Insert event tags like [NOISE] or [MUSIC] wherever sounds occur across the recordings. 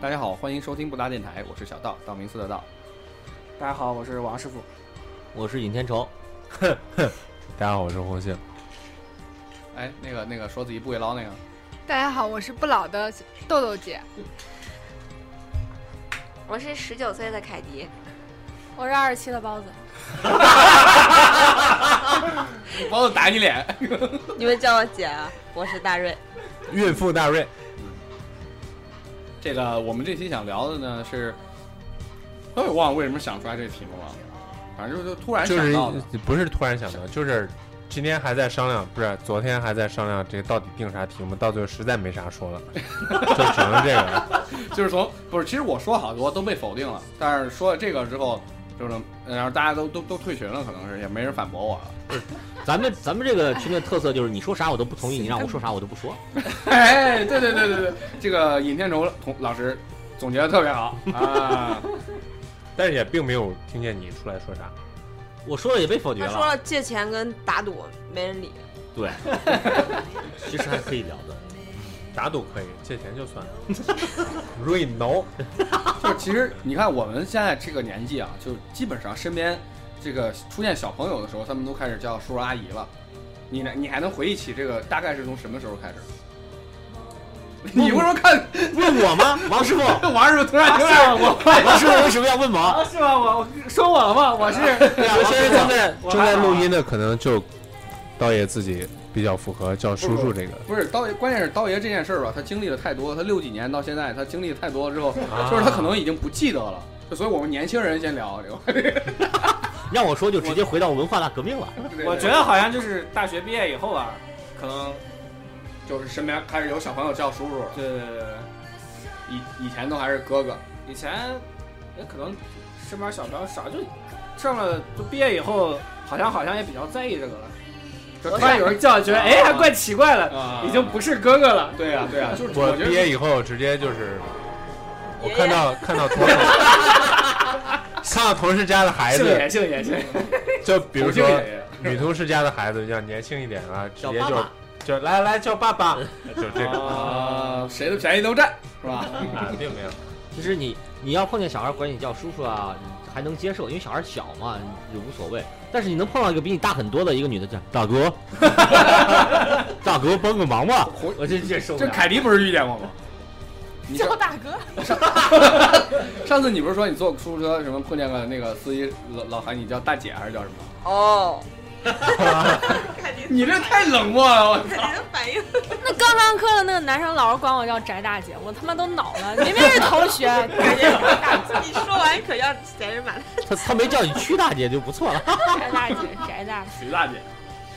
大家好，欢迎收听布达电台，我是小道，道明寺的道。大家好，我是王师傅。我是尹天仇， [LAUGHS] 大家好，我是红信。哎，那个那个，说自己不围捞那个， [LAUGHS] 大家好，我是不老的豆豆姐，我是十九岁的凯迪，我是二十七的包子。包子打你 [LAUGHS] 脸。 [LAUGHS] 你们叫我姐啊，我是大瑞。孕妇大瑞，嗯这个我们这期想聊的呢是，我也忘了为什么想出来这个题目了，反正就就突然就想是到的。不是突然想到，就是今天还在商量，不是昨天还在商量这个到底定啥题目，到最后实在没啥说了，就只能这个了。 [LAUGHS] 就是从不是，其实我说好多都被否定了，但是说了这个之后，就是然后大家都都都退群了，可能是也没人反驳我了。咱们咱们这个群的特色就是你说啥我都不同意，你让我说啥我都不说。 [LAUGHS] 哎，对对对对对，这个尹天仇同老师总 [LAUGHS] 结的特别好啊。但是也并没有听见你出来说啥。我说了也被否决他说了，了借钱跟打赌，没人理。对，其实还可以聊的。 [LAUGHS] 打赌可以，借钱就算了。瑞 no， [LAUGHS] 就是其实你看我们现在这个年纪啊，就基本上身边这个出现小朋友的时候，他们都开始叫叔叔阿姨了。你呢？你还能回忆起这个大概是从什么时候开始？ [LAUGHS] 你为什么看问我吗，王师傅？ [LAUGHS] 王师傅突然有点 [LAUGHS] 我王师傅为什么要问我？啊，是吗？我我说我吗？我是对啊，王师现在正傅，在正在啊录音的，可能就刀爷自己比较符合叫叔叔这个。不是刀爷，关键是刀爷这件事儿吧，他经历了太多，他六几年到现在，他经历了太多了之后，啊就是他可能已经不记得了。就所以我们年轻人先聊这个。让我说就直接回到文化大革命了。我觉得好像就是大学毕业以后啊，可能就是身边开始有小朋友叫叔叔了，对对对对，以以前都还是哥哥。以前也可能身边小朋友少，就上了就毕业以后，好像好像也比较在意这个了。就突然有人叫，觉得啊哎还怪奇怪了，啊已经不是哥哥了。对呀、啊对呀、就是我毕觉得业以后直接就是，我爷爷看到看到 [LAUGHS] 同事，看到同事家的孩姓子，严，姓 [LAUGHS] 严，姓严。就比如同性说也女同事家的孩子，要年轻一点啊，直叫接爸就爸就来来叫爸爸，就这种啊，谁的便宜都占，是 [LAUGHS] 吧？哎啊，并没有。其实你你要碰见小孩管你叫叔叔啊，你还能接受，因为小孩小嘛，就无所谓。但是你能碰到一个比你大很多的一个女的叫大哥， [LAUGHS] 大哥帮个忙吧，回我这这受不这了。凯迪不是遇见过吗？你上叫大哥，上次你不是说你坐出租车什么碰见个那个司机老老喊你叫大姐还是叫什么？哦，你这太冷漠了，我凯迪的反应，那刚上课的那个男生老是管我叫翟大姐，我他妈都恼了，明明是同学，感觉 [LAUGHS] 你说完可要闲人马了。他他没叫你屈大姐就不错了。翟大姐，翟大姐， [LAUGHS] 徐大姐。 [LAUGHS]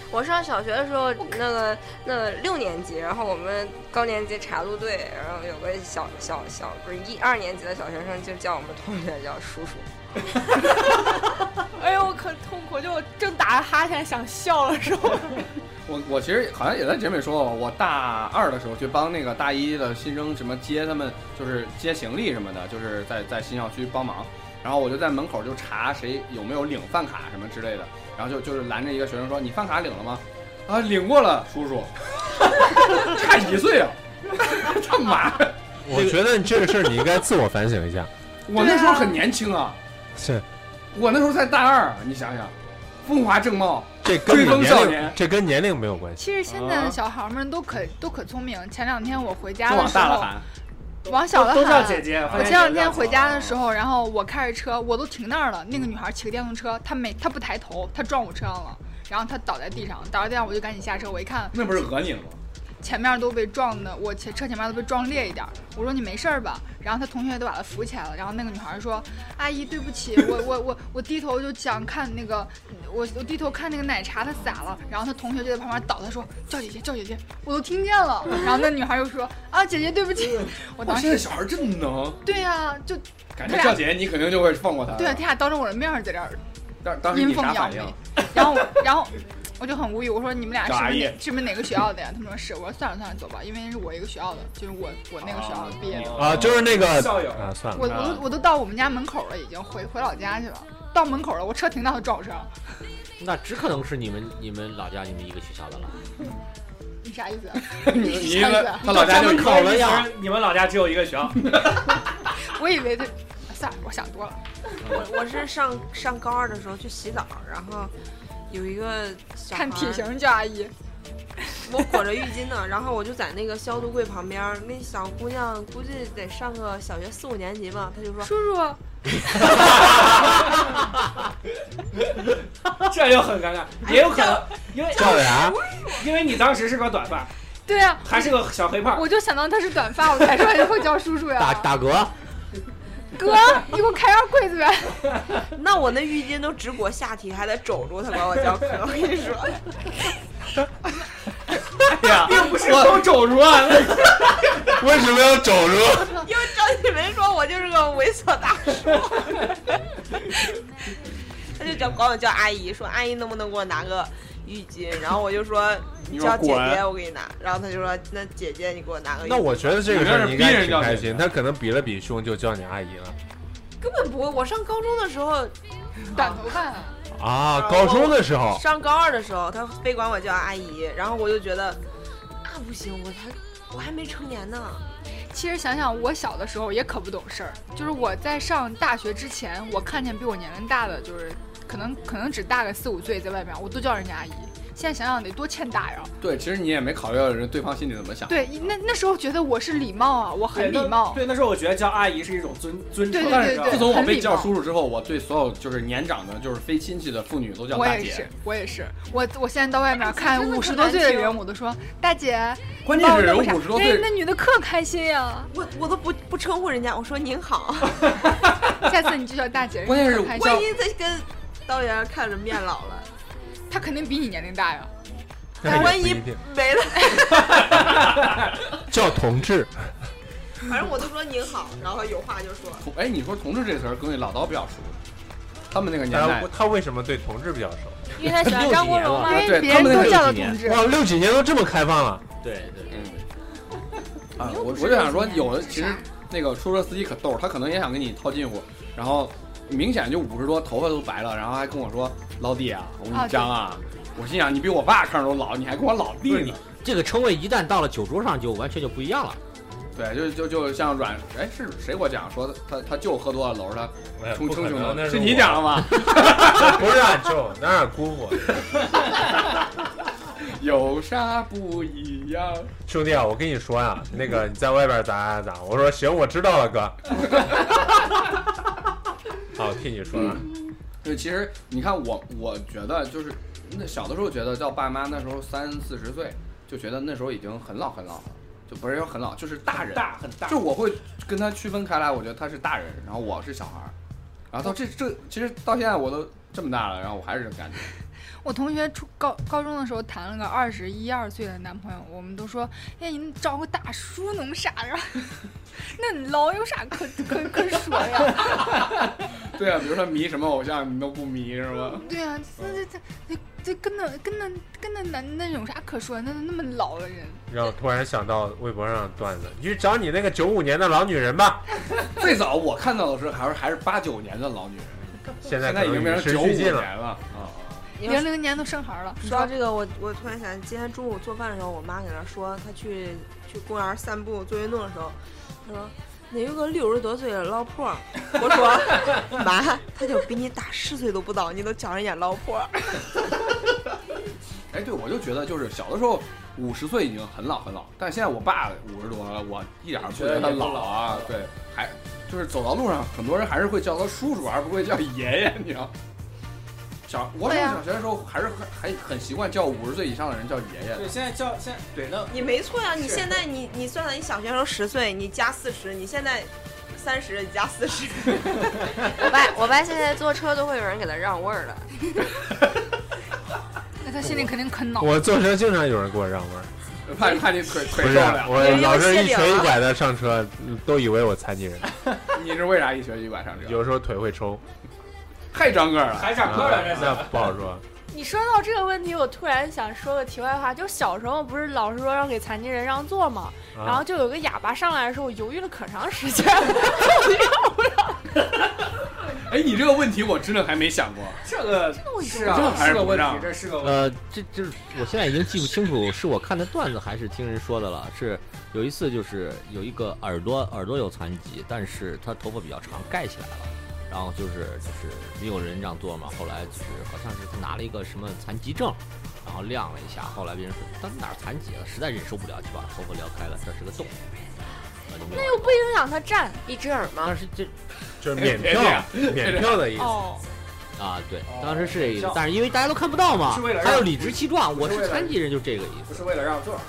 我上小学的时候，那个那个六年级，然后我们高年级查路队，然后有个小小小不是一二年级的小学生就叫我们同学叫叔 [LAUGHS] 叔。哎呦，我可痛苦，就我正打着哈欠想笑的时候， [LAUGHS] 我我其实好像也在节目里说过，我大二的时候去帮那个大一的新生什么接他们，就是接行李什么的，就是在在新校区帮忙。然后我就在门口就查谁有没有领饭卡什么之类的，然后就就是拦着一个学生说：“你饭卡领了吗？”啊，领过了，叔叔， [LAUGHS] 差一岁啊， [LAUGHS] 他妈！我觉得你这个事儿你应该自我反省一下。我那时候很年轻啊，是，我那时候才大二，你想想，风华正茂，这跟你追风少年年啊龄这跟年龄没有关系。其实现在的小孩们都可都可聪明。前两天我回家就的往时大了候，喊，往小了都叫姐喊。姐。我前两天回家的时候，然后我开着车，我都停那儿了。那个女孩骑个电动车，她没她不抬头，她撞我车上了，然后她倒在地上，倒在地上我就赶紧下车。我一看那不是讹你了吗？前面都被撞的，我前车前面都被撞裂一点儿。我说你没事儿吧？然后她同学都把她扶起来了。然后那个女孩说：“阿姨，对不起，我 [LAUGHS] 我我我低头就想看那个，我我低头看那个奶茶它洒了。”然后她同学就在旁边倒，她说：“叫姐姐，叫姐姐，我都听见了。”然后那女孩又说：“啊，姐姐，对不起。”我哇，当现在时哦小孩真能，对呀、就感觉叫姐姐你肯定就会放过他。对、啊，他俩当着我的面儿在这儿，当当时你啥反 [LAUGHS] 应？ [LAUGHS] 然后我然后。我就很无语，我说你们俩是叫阿不是姨哪是不是哪个学校的呀？他们说是，我说算了算了，走吧，因为是我一个学校的，就是我我那个学校的毕业的。啊，就是那个校友啊，算了，我我都我都到我们家门口了，已经回回老家去了。到门口了，我车停到他撞我车上，那只可能是你们你们老家你们一个学校的了。嗯你啥意思？你你啥意思啊他老家就门口了了呀呀。你们老家只有一个学校， [LAUGHS] 我以为他， [LAUGHS] 算了，我想多了。 [LAUGHS] 我我是上上高二的时候去洗澡，然后有一个小看孩体儿，型叫阿姨， [LAUGHS] 我裹着浴巾呢，然后我就在那个消毒柜旁边儿，那小姑娘估计得上个小学四五年级吧，她就说叔叔，这又很尴尬，也有可能，因为叫的啥？因为你当时是个短发，对呀、还是个小黑胖，我就想到他是短发，我才说 [LAUGHS] 他会叫叔啊叔打呀。打嗝，哥，你给我开上柜子呗。 [LAUGHS] 那我那浴巾都只裹下体，还得肘住她管我叫哥。我跟你说，对哎呀，并不是都肿如 [LAUGHS] 啊，为什么要肘住？ [LAUGHS] 因为张启文说我就是个猥琐大叔， [LAUGHS] 他就叫管我叫阿姨，说阿姨能不能给我拿个浴巾？然后我就说你说叫姐滚姐，我给你拿。然后他就说那姐姐你给我拿个浴巾。那我觉得这个事儿你应该挺开你这是逼人心，家他可能比了比胸就叫你阿姨了根本不会，我上高中的时候， [LAUGHS] 短头发，啊！高中的时候，上高二的时候，他非管我叫阿姨，然后我就觉得那不行，我才我还没成年呢。其实想想，我小的时候也可不懂事儿，就是我在上大学之前，我看见比我年龄大的，就是可能可能只大个四五岁，在外面我都叫人家阿姨。现在想想得多欠打 [LAUGHS] 呀！对，其实你也没考虑到人对方心里怎么想。对，那那时候觉得我是礼貌啊，我很礼貌。对，那时候我觉得叫阿姨是一种尊尊对称，对但对是对自从我很被礼叫貌叔叔之后，我对所有就是年长的，就是非亲戚的妇女都叫我大也姐是。，我也是，我我现在到外哎面看五十多岁的人，我都说大姐，关你把键我是有弄啥？五十多那岁那女的可开心呀、我我都不不称呼人家，我说您好。 [LAUGHS] 下次你就叫大姐，关键是人家可开叫心万一他跟导演看着面老 [LAUGHS] 了，她肯定比你年龄大呀。哎那也万不一一定没了，叫同志， [LAUGHS] 反正我都说您好，然后有话就说。同，哎，你说“同志”这词儿，跟老刀比较熟，他们那个年代他，他为什么对同志比较熟？因为他喜欢张国荣嘛啊。因为对别他人们都那叫她六几同年志，哇，六几年都这么开放了，对对嗯，啊，你又我不我是就想说六，几年有的是其实啊啥那个出租车司机可逗，他可能也想跟你套近乎，然后明显就五十多，头发都白了，然后还跟我说老弟啊，我跟啊你讲啊，我心想你比我爸看着都老，你还跟我老弟不是呢你。这个称谓一旦到了酒桌上，就完全就不一样了。对，就就就像阮，哎，是谁给我讲说他他他舅喝多了搂着他冲不冲可胸能的，那是我你讲的 [LAUGHS] 吗？ [LAUGHS] 不是俺舅，哪俺姑父。 [LAUGHS] 有啥不一样？兄弟啊，我跟你说呀、那个你在外边咋咋咋，我说行，我知道了，哥。 [LAUGHS] 好，我替你说啊了，对，其实你看我，我觉得就是那小的时候觉得叫爸妈，那时候三四十岁就觉得那时候已经很老很老了，就不是说很老，就是大人。大很大就。我会跟他区分开来，我觉得他是大人，然后我是小孩儿，然后到这这其实到现在我都这么大了，然后我还是这种感觉。我同学初高高中的时候谈了个二十一二岁的男朋友，我们都说，哎，你找个大叔弄啥呀？ [LAUGHS] 那你老有啥可可可说呀？对啊，比如说迷什么偶像，你都不迷是吗？对呀、这这这这跟那跟那跟那男的有啥可说？那那么老的人，让我突然想到微博上的段子，你去找你那个九五年的老女人吧。 [LAUGHS] 最早我看到的时候还是还是八九年的老女人，现在现可在已能经变与成时九五俱进年了。了啊。你要零零年都生孩儿了，你说到这个，我我突然想起，今天中午做饭的时候，我妈搁那说，她去去公园散步做运动的时候，她说哪有个六十多岁的老婆儿，我说 [LAUGHS] 妈，她就比你大十岁都不到，你都叫人家老婆儿。哎，对，我就觉得就是小的时候，五十岁已经很老很老，但现在我爸五十多了，我一点儿不觉得他老啊，对，还就是走到路上，很多人还是会叫他叔叔，而不会叫爷爷，你知道。小我对上呀小学的时候，还是很还很习惯叫五十岁以上的人叫爷爷对，的。现在叫现在对那你没错呀、你是现在你你算算，你小学时候十岁，你加四十，你现在三十，你加四十，我爸，我爸现在坐车都会有人给他让位儿 [LAUGHS] 的。那他心里肯定可恼。我坐车经常有人给我让位儿，怕怕你腿腿不受是不了，我老是一人家都卸瘸顶一啊了拐的上车，都以为我残疾人， [LAUGHS] 你是为啊啥一瘸一拐上车？有时候腿会抽。太张个儿了。还啊长个了，这那是。不好说。你说到这个问题，我突然想说个题外话，就小时候不是老是说要给残疾人让座嘛，然后啊，就有个哑巴上来的时候，我犹豫了可长时间。哎，你你这个问题我真的还没想过，这个是这啊，还是个不问让题，这是个问题。呃，这这我现在已经记不清楚是我看的段子还是听人说的了。是有一次就是有一个耳朵耳朵有残疾，但是他头发比较长盖起来了，然后就是就是没有人让座嘛。后来就是好像是他拿了一个什么残疾证，然后晾了一下。后来别人说他哪儿残疾了，实在忍受不了，就把头发撩开了，这是个呃洞。哎然后就没有 [LAUGHS] 那又不影响他站一只耳吗？当时这啊就是免别票这样，免票的意思。哦，啊对哦，当时是这个意思像，但是因为大家都看不到嘛是为了，让他要理直气壮，我是为是了残疾人，就这个意不思。是为了让座，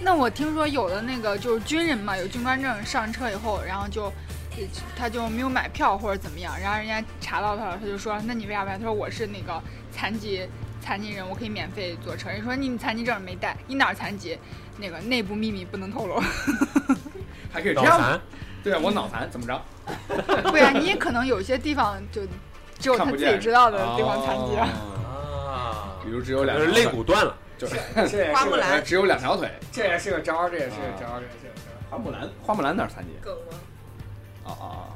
那我听说有的那个就是军人嘛，有军官证，上车以后，然后就，呃他就没有买票或者怎么样，然后人家查到他了，他就说，那你为啥买？他说我是那个残疾 [LAUGHS] 残疾人，我可以免费坐车。人说你残疾证没带，你哪儿残疾？啊那个内部秘密不能透露， [LAUGHS] 还可以这脑样。残，对啊，我脑残怎么着？不然啊你也可能有些地方就只有看他不自见己知道的地方残疾了。哦啊比如只有两就是条腿肋，骨断了，这也花是木个兰哎只有两条腿。这也是个招儿，这也是个招儿，这也是个招儿。花木兰，花木兰哪儿残疾？梗吗？哦哦哦，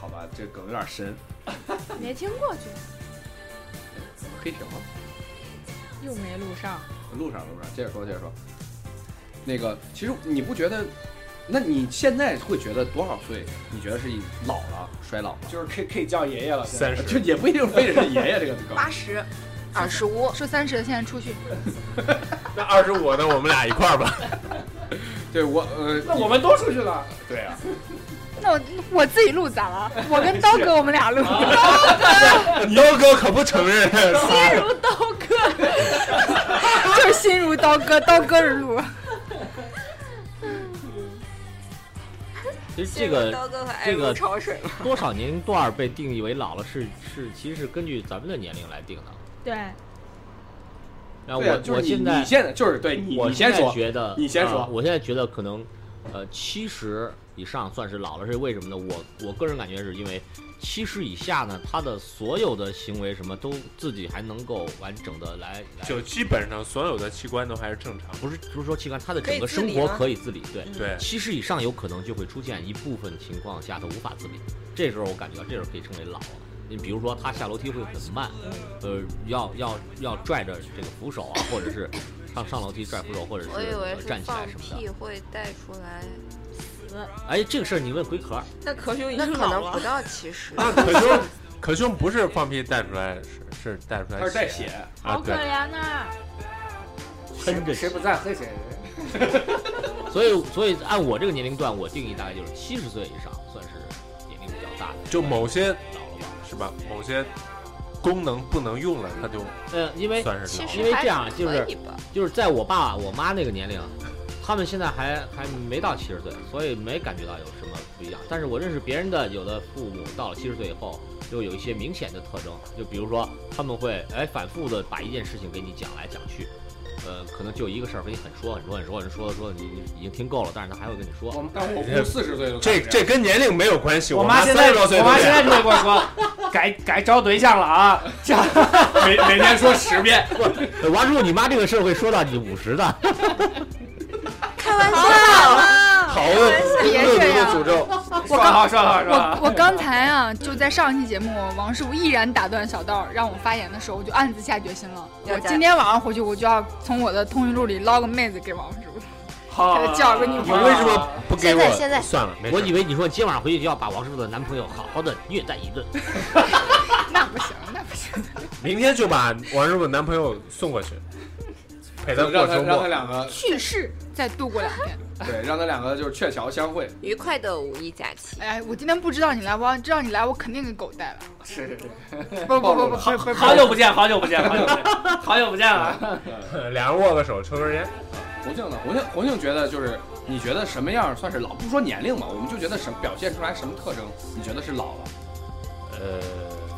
好吧，这梗有点深，哦没听过就可以停吗？又没录 [LAUGHS] 上，路上路上，接着说接着说。那个，其实你不觉得？那你现在会觉得多少岁？你觉得是老了衰老吗？就是可以可以叫爷爷了。现在三就十。也不一定非得是爷爷这个梗。八十，二十五，说三十的现在出去，那二十五的我们俩一块儿吧。 [LAUGHS] 对我呃， [LAUGHS] 那我们都出去了，对 [LAUGHS] 啊，那我我自己录咋 [LAUGHS] 了？我跟刀哥我们俩录，啊刀哥可不承认， [LAUGHS] 心如刀割，就是心如刀割，刀割着录。其实这个刀哥和艾这露个潮水吗？多少年龄段儿被定义为老了是是，其实是根据咱们的年龄来定的。对，然后对我、啊，就是我你现你在现在就是对你我你现先在说，觉得你先说啊我现在觉得可能，呃，七十以上算是老了，是为什么呢？我我个人感觉是因为七十以下呢，他的所有的行为什么都自己还能够完整的来，来就基本上所有的器官都还是正常。不是不是说器官，他的可以整个自理生活吗嗯可以自理，对。对，七十以上有可能就会出现一部分情况下他无法自理，这时候我感觉这时候可以称为老了。你比如说他下楼梯会很慢，呃，要要要拽着这个扶手啊，或者是上上楼梯拽扶手，或者是我以为呃是站起来放什么屁的。会带出来， [LAUGHS] [LAUGHS] 哎，这个事儿你问龟壳儿，那可胸已那经可老能不了，到七十。那可胸，可胸不是放屁带出来，是是带出来。他是带血，啊，对，怜呐、喷着谁不在黑谁。所以所以按我这个年龄段，我定义大概就是七十岁以上算是年龄比较大的，就某些老了吧？是吧？某些功能不能用了，它就呃，因为算是其老实了。因为这样还就是可以吧就是在我爸我妈那个年龄，他们现在还还没到七十岁，所以没感觉到有什么不一样。但是我认识别人的有的父母到了七十岁以后，就有一些明显的特征，就比如说他们会哎反复的把一件事情给你讲来讲去，呃，可能就一个事儿跟你很说很说很说很说说你你已经听够了，但是他还会跟你说。我但我姑四十岁就这这跟年龄没有关系。妈妈现在，三十多岁我都妈这现样，在就会跟我说，改改找对象了 [LAUGHS] 啊，这样每每天说十遍，呃 [LAUGHS] 王叔，你妈这个事儿会说到你五十的，开玩笑，好恶别恶毒这的样诅咒。算了啊算了啊算了啊。我我刚才啊，就在上一期节目，王师傅毅然打断小道让我发言的时候，我就暗自下决心了，要我加今天晚上回去，我就要从我的通讯录里捞个妹子给王师傅。好给他叫个女你朋友为什么不给现我？在现在算了，没事我以为你说今晚上回去就要把王师傅的男朋友好好的虐待一 [LAUGHS] 顿，那不行，那 [LAUGHS] 不行，明天就把王师傅男朋友送过 [LAUGHS] 去，陪他让过他周让他末。两个去世再度过两天。 [LAUGHS] 对，让他两个就是鹊桥相会。愉快的五一假期。哎，我今天不知道你来，我要知道你来，我肯定给狗带了。是是是， [LAUGHS] 不不不不不不好久不见，好久不见，好 [LAUGHS] 久不见，好哎久不见了。 [LAUGHS] 俩人握个手，抽根烟。红杏呢？红杏红杏觉得就是你觉得什么样算是老？不说年龄嘛，我们就觉得什么表现出来什么特征，你觉得是老了？呃，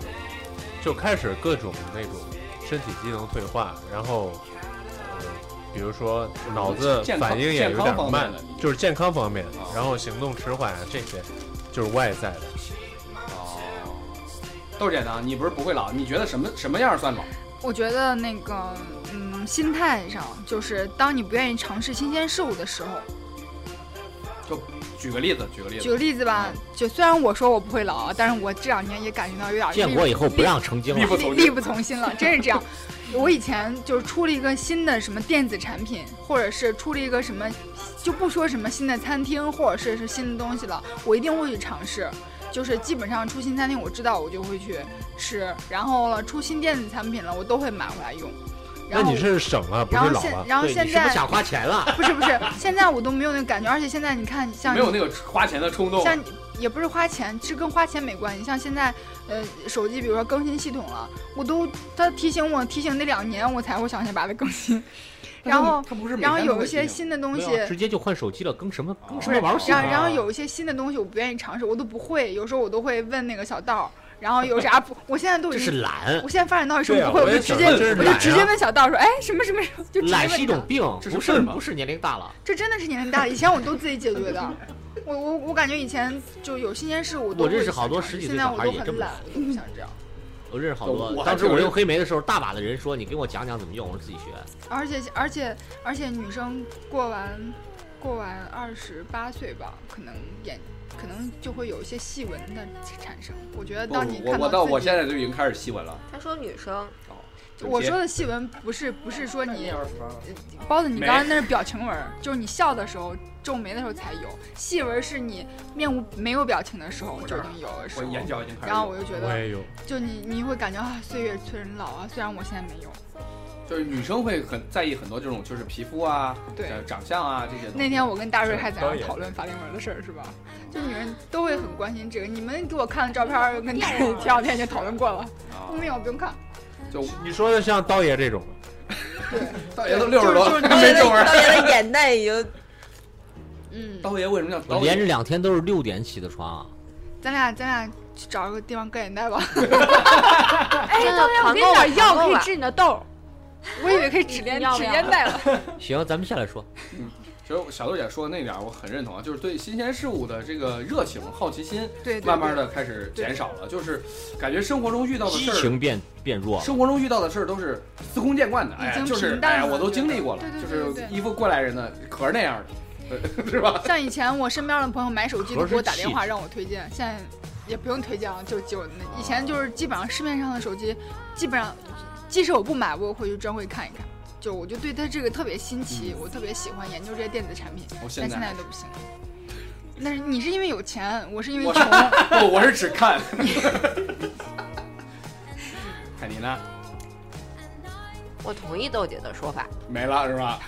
就开始各种那种身体机能退化，然后呃，比如说脑子健康反应也有健康点方面慢的你，就是健康方面啊，然后行动迟缓啊这些，就是外在的。哦，豆姐呢？你不是不会老？你觉得什么什么样算老？我觉得那个，嗯，心态上，就是当你不愿意尝试新鲜事物的时候，举个例子，举个例举子，个例子吧，就虽然我说我不会老，啊但是我这两年也感觉到有点建力国以后不让成精力了，不力从力心。不从心了，真是这样。我以前就是出了一个新的什么电子产品，或者是出了一个什么，就不说什么新的餐厅或者是是新的东西了，我一定会去尝试。就是基本上出新餐厅，我知道我就会去吃，然后了出新电子产品了，我都会买回来用。那然后你是省了，不然是后老现了。然后对，现你是不在是想花钱了？ [LAUGHS] 不是不是，现在我都没有那个感觉，而且现在你看，像没有那个花钱的冲动，像也不是花钱，是跟花钱没关系。像现在，呃，手机比如说更新系统了，我都它提醒我提醒那两年，我才会想起来把它更 [LAUGHS] 新。然后，他不是每然后天都有会一些信新的东没有西，啊直接就换手机了，更什么更什不么是，玩儿啊然行后然后有一些新的东西我不愿意尝试，我都不会，有时候我都会问那个小道儿，然后有啥不，我现在都这已是经。懒，我现在发展到什么对啊不会，我我也就直想接问这是我就懒直接呀问小道说，哎，什么什么什么，就直接懒问是一他种病，这是不是笨吧不是年龄大了。这真的是年龄大了，以前我都自己解决的。我我我感觉以前就有新鲜事我都我认会识好多想十几现岁在小我孩都也这很么懒，我都不想这样。我认识好我多，还当时我挺用黑莓的时候，大把的人说你给我讲讲怎么用，我说自己学。而且而且而且女生过完过完二十八岁吧，可能眼可能就会有一些细纹的产生。我觉得不当你我看我到到我自己现，在就已经开始细纹了。他说女生，哦就我接说的细纹不是不是说你二十八了，包子，你没刚刚那是表情纹儿，就是你笑的时候皱眉的时候才有，细纹是你面无没有表情的时候我这就儿已经有的时我候。眼角已经开始有。然后我就觉得我也有，就你你会感觉啊，岁月催人老啊。虽然我现在没有。就是女生会很在意很多这种，就是皮肤啊、对呃长相啊这些东西。那天我跟大瑞是还在导那演讨论法令纹的事儿，是吧？嗯就女人都会很关心这个。你们给我看的照片 [LAUGHS] 儿，跟大瑞前两天已经讨论过了。啊，没有，不用看。就你说的像刀爷这种， [LAUGHS] 道爷都六十多，就是没皱纹。刀爷的眼袋已经嗯，道爷为什么叫刀我爷？连着两天都是六点起的床啊，咱俩咱俩去找个地方割眼袋 [LAUGHS] 吧。真的哎我团跟购你吧，讲，药团可购以吧。治你的痘。我以为可以止你连你要止不要烟袋了。行，咱们下来说。嗯其实小豆姐说的那点儿我很认同啊，就是对新鲜事物的这个热情、好奇心，对，对慢慢对的开始减少了。就是感觉生活中遇到的激事儿，情变变弱，生活中遇到的事儿都是司空见惯的，哎已呀，经就是平淡哎呀，了我都我觉经得历过了对，对就对是对对一副过来人的壳儿那样的， [LAUGHS] 是吧？像以前我身边的朋友买手机都合适给我打电气话质让我推荐，现在也不用推荐了，就就那以前就是基本上市面上的手机，基本上即使我不买，我也会去专柜看一看。就我就对它这个特别新奇，我特别喜欢研究这些电子产品，嗯我但现现在在，都不行了。那是你是因为有钱，我是因为我穷。不， [LAUGHS] 我是只看。凯妮呢？我同意豆姐的说法，没了是吧？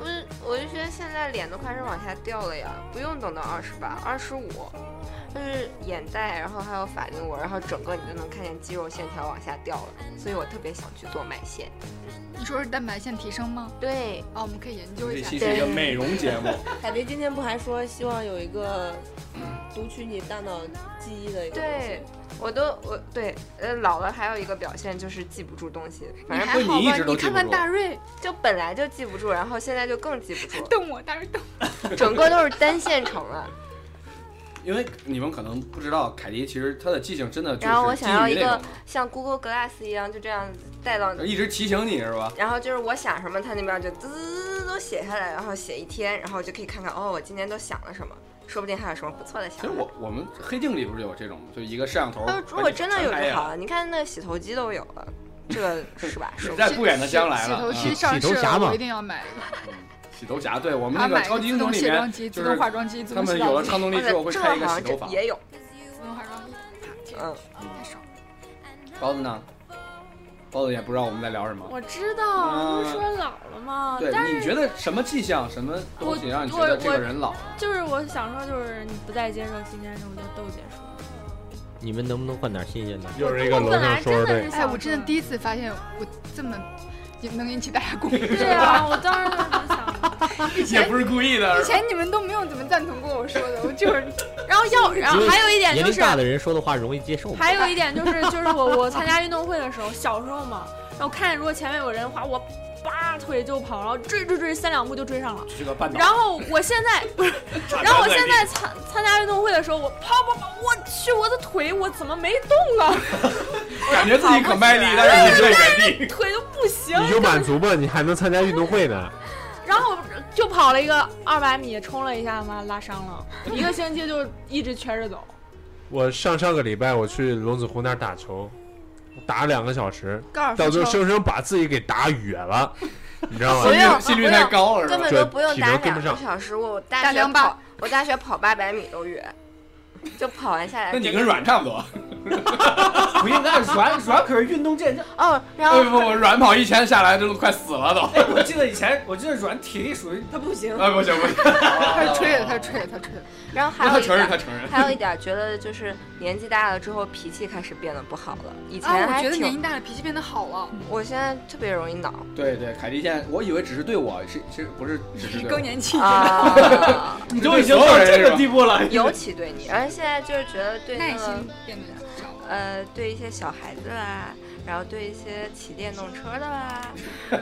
我就我就觉得现在脸都开始往下掉了呀，不用等到二十八、二十五，就是眼袋，然后还有法令纹，然后整个你就能看见肌肉线条往下掉了，所以我特别想去做埋线。你说是蛋白腺提升吗？对，啊，我们可以研究这一下期。是一个美容节目，凯迪今天不还说希望有一个读取你大脑记忆的一个东西对，我都我对，呃，老了还有一个表现就是记不住东西，你反正还好你一吧？直都你记看不看住大瑞就本来就记不住，然后现在就更记不住，瞪我，大瑞瞪整个都是单线程啊了。因为你们可能不知道，凯迪其实他的记性真的就是然后我想要基于一那个种呃像 Google Glass 一样，就这样带到，一直啊提醒你是吧？然后就是我想什么，它那边就滋滋滋都写下来，然后写一天，然后就可以看看哦，我今天都想了什么，说不定还有什么不错的想其实法。我我们黑镜里不是有这种吗，就一个摄像头呃，，如果真的有就好。了，你看那洗头机都有了，这个是 [LAUGHS] 吧？是只吧？在不远的将来洗头了，机嗯上洗市头侠了，我嘛一定要买一个。洗头侠，对我们啊，那个买一超个级自英雄动里卸面，妆机、自就是动化妆机、自他动们洗有澡了机、超能力哦之后会这开一个个好像洗头这房。也有，自动化妆机，天嗯，太爽了。包子呢？包子也不知道我们在聊什么。我知道，不是说老了吗？啊对啊但，是你觉得什么迹象、什么东西我让你觉我得这我个人老了？就是我想说，就是你不再接受新鲜事物，就豆姐说的。你们能不能换点新鲜的？又是一个楼上说我本来真的的对是，哎，想我真的说第一次发现我这么也能引起大家共 [LAUGHS] 鸣。对啊， [LAUGHS] 我当时就想，以也前不是故意的以。前你们都没有怎么赞同过我说的，我 [LAUGHS] 就是，然后要然然后还有一点年就龄是，大的人说的话容易接受吗？还有一点就是，就是我我参加运动会的时候，小时候嘛，然后看见如果前面有人的话，我拔腿就跑，然后追追追，三两步就追上了。这个半岛然后我现 [LAUGHS] 在不是，然后我现在参参加运动会的时候，我跑跑跑，我去我的腿我怎么没动啊？感觉自己可卖力，但是 [LAUGHS] 你就原地。腿都不行，你就满足吧，你还能参加运动会呢。然后就跑跑了一个二百米，冲了一下，妈拉伤 [LAUGHS] 了，一个星期就一直瘸着走。我上上个礼拜我去龙子湖那儿打球，打了两个小时，高尔到夫最后球生生把自己给打哕 [LAUGHS] 了，你知道不吗？用，心率不太用， [LAUGHS] 高了是根吧？本这都不用体打能跟不两个上小时。我打大学两把跑，我大学跑八百米都远，就跑完下来。那你跟阮差不 [LAUGHS] 多。不应该软软可是运动健将。哦，然哎后不，我软跑一千下来都快死了都。哎，我记得以前，我记得软体力属于他不行，啊哎不行不行， [LAUGHS] 他吹了，他吹了，他吹了。然后还他有一承认点他。承认。还有一点，觉得就是年纪大了之后脾气开始变得不好了。以前啊，我还觉得年挺，纪大了脾气变得好了，我现在特别容易恼对对，凯蒂现在我以为只是对我，是其实不是只是对更我。年期 [LAUGHS] 啊，你都已经到这个地步哎了，尤其对你。而且现在就是觉得对那耐个心变得少了。呃，对一些小孩子啊，然后对一些骑电动车的啊，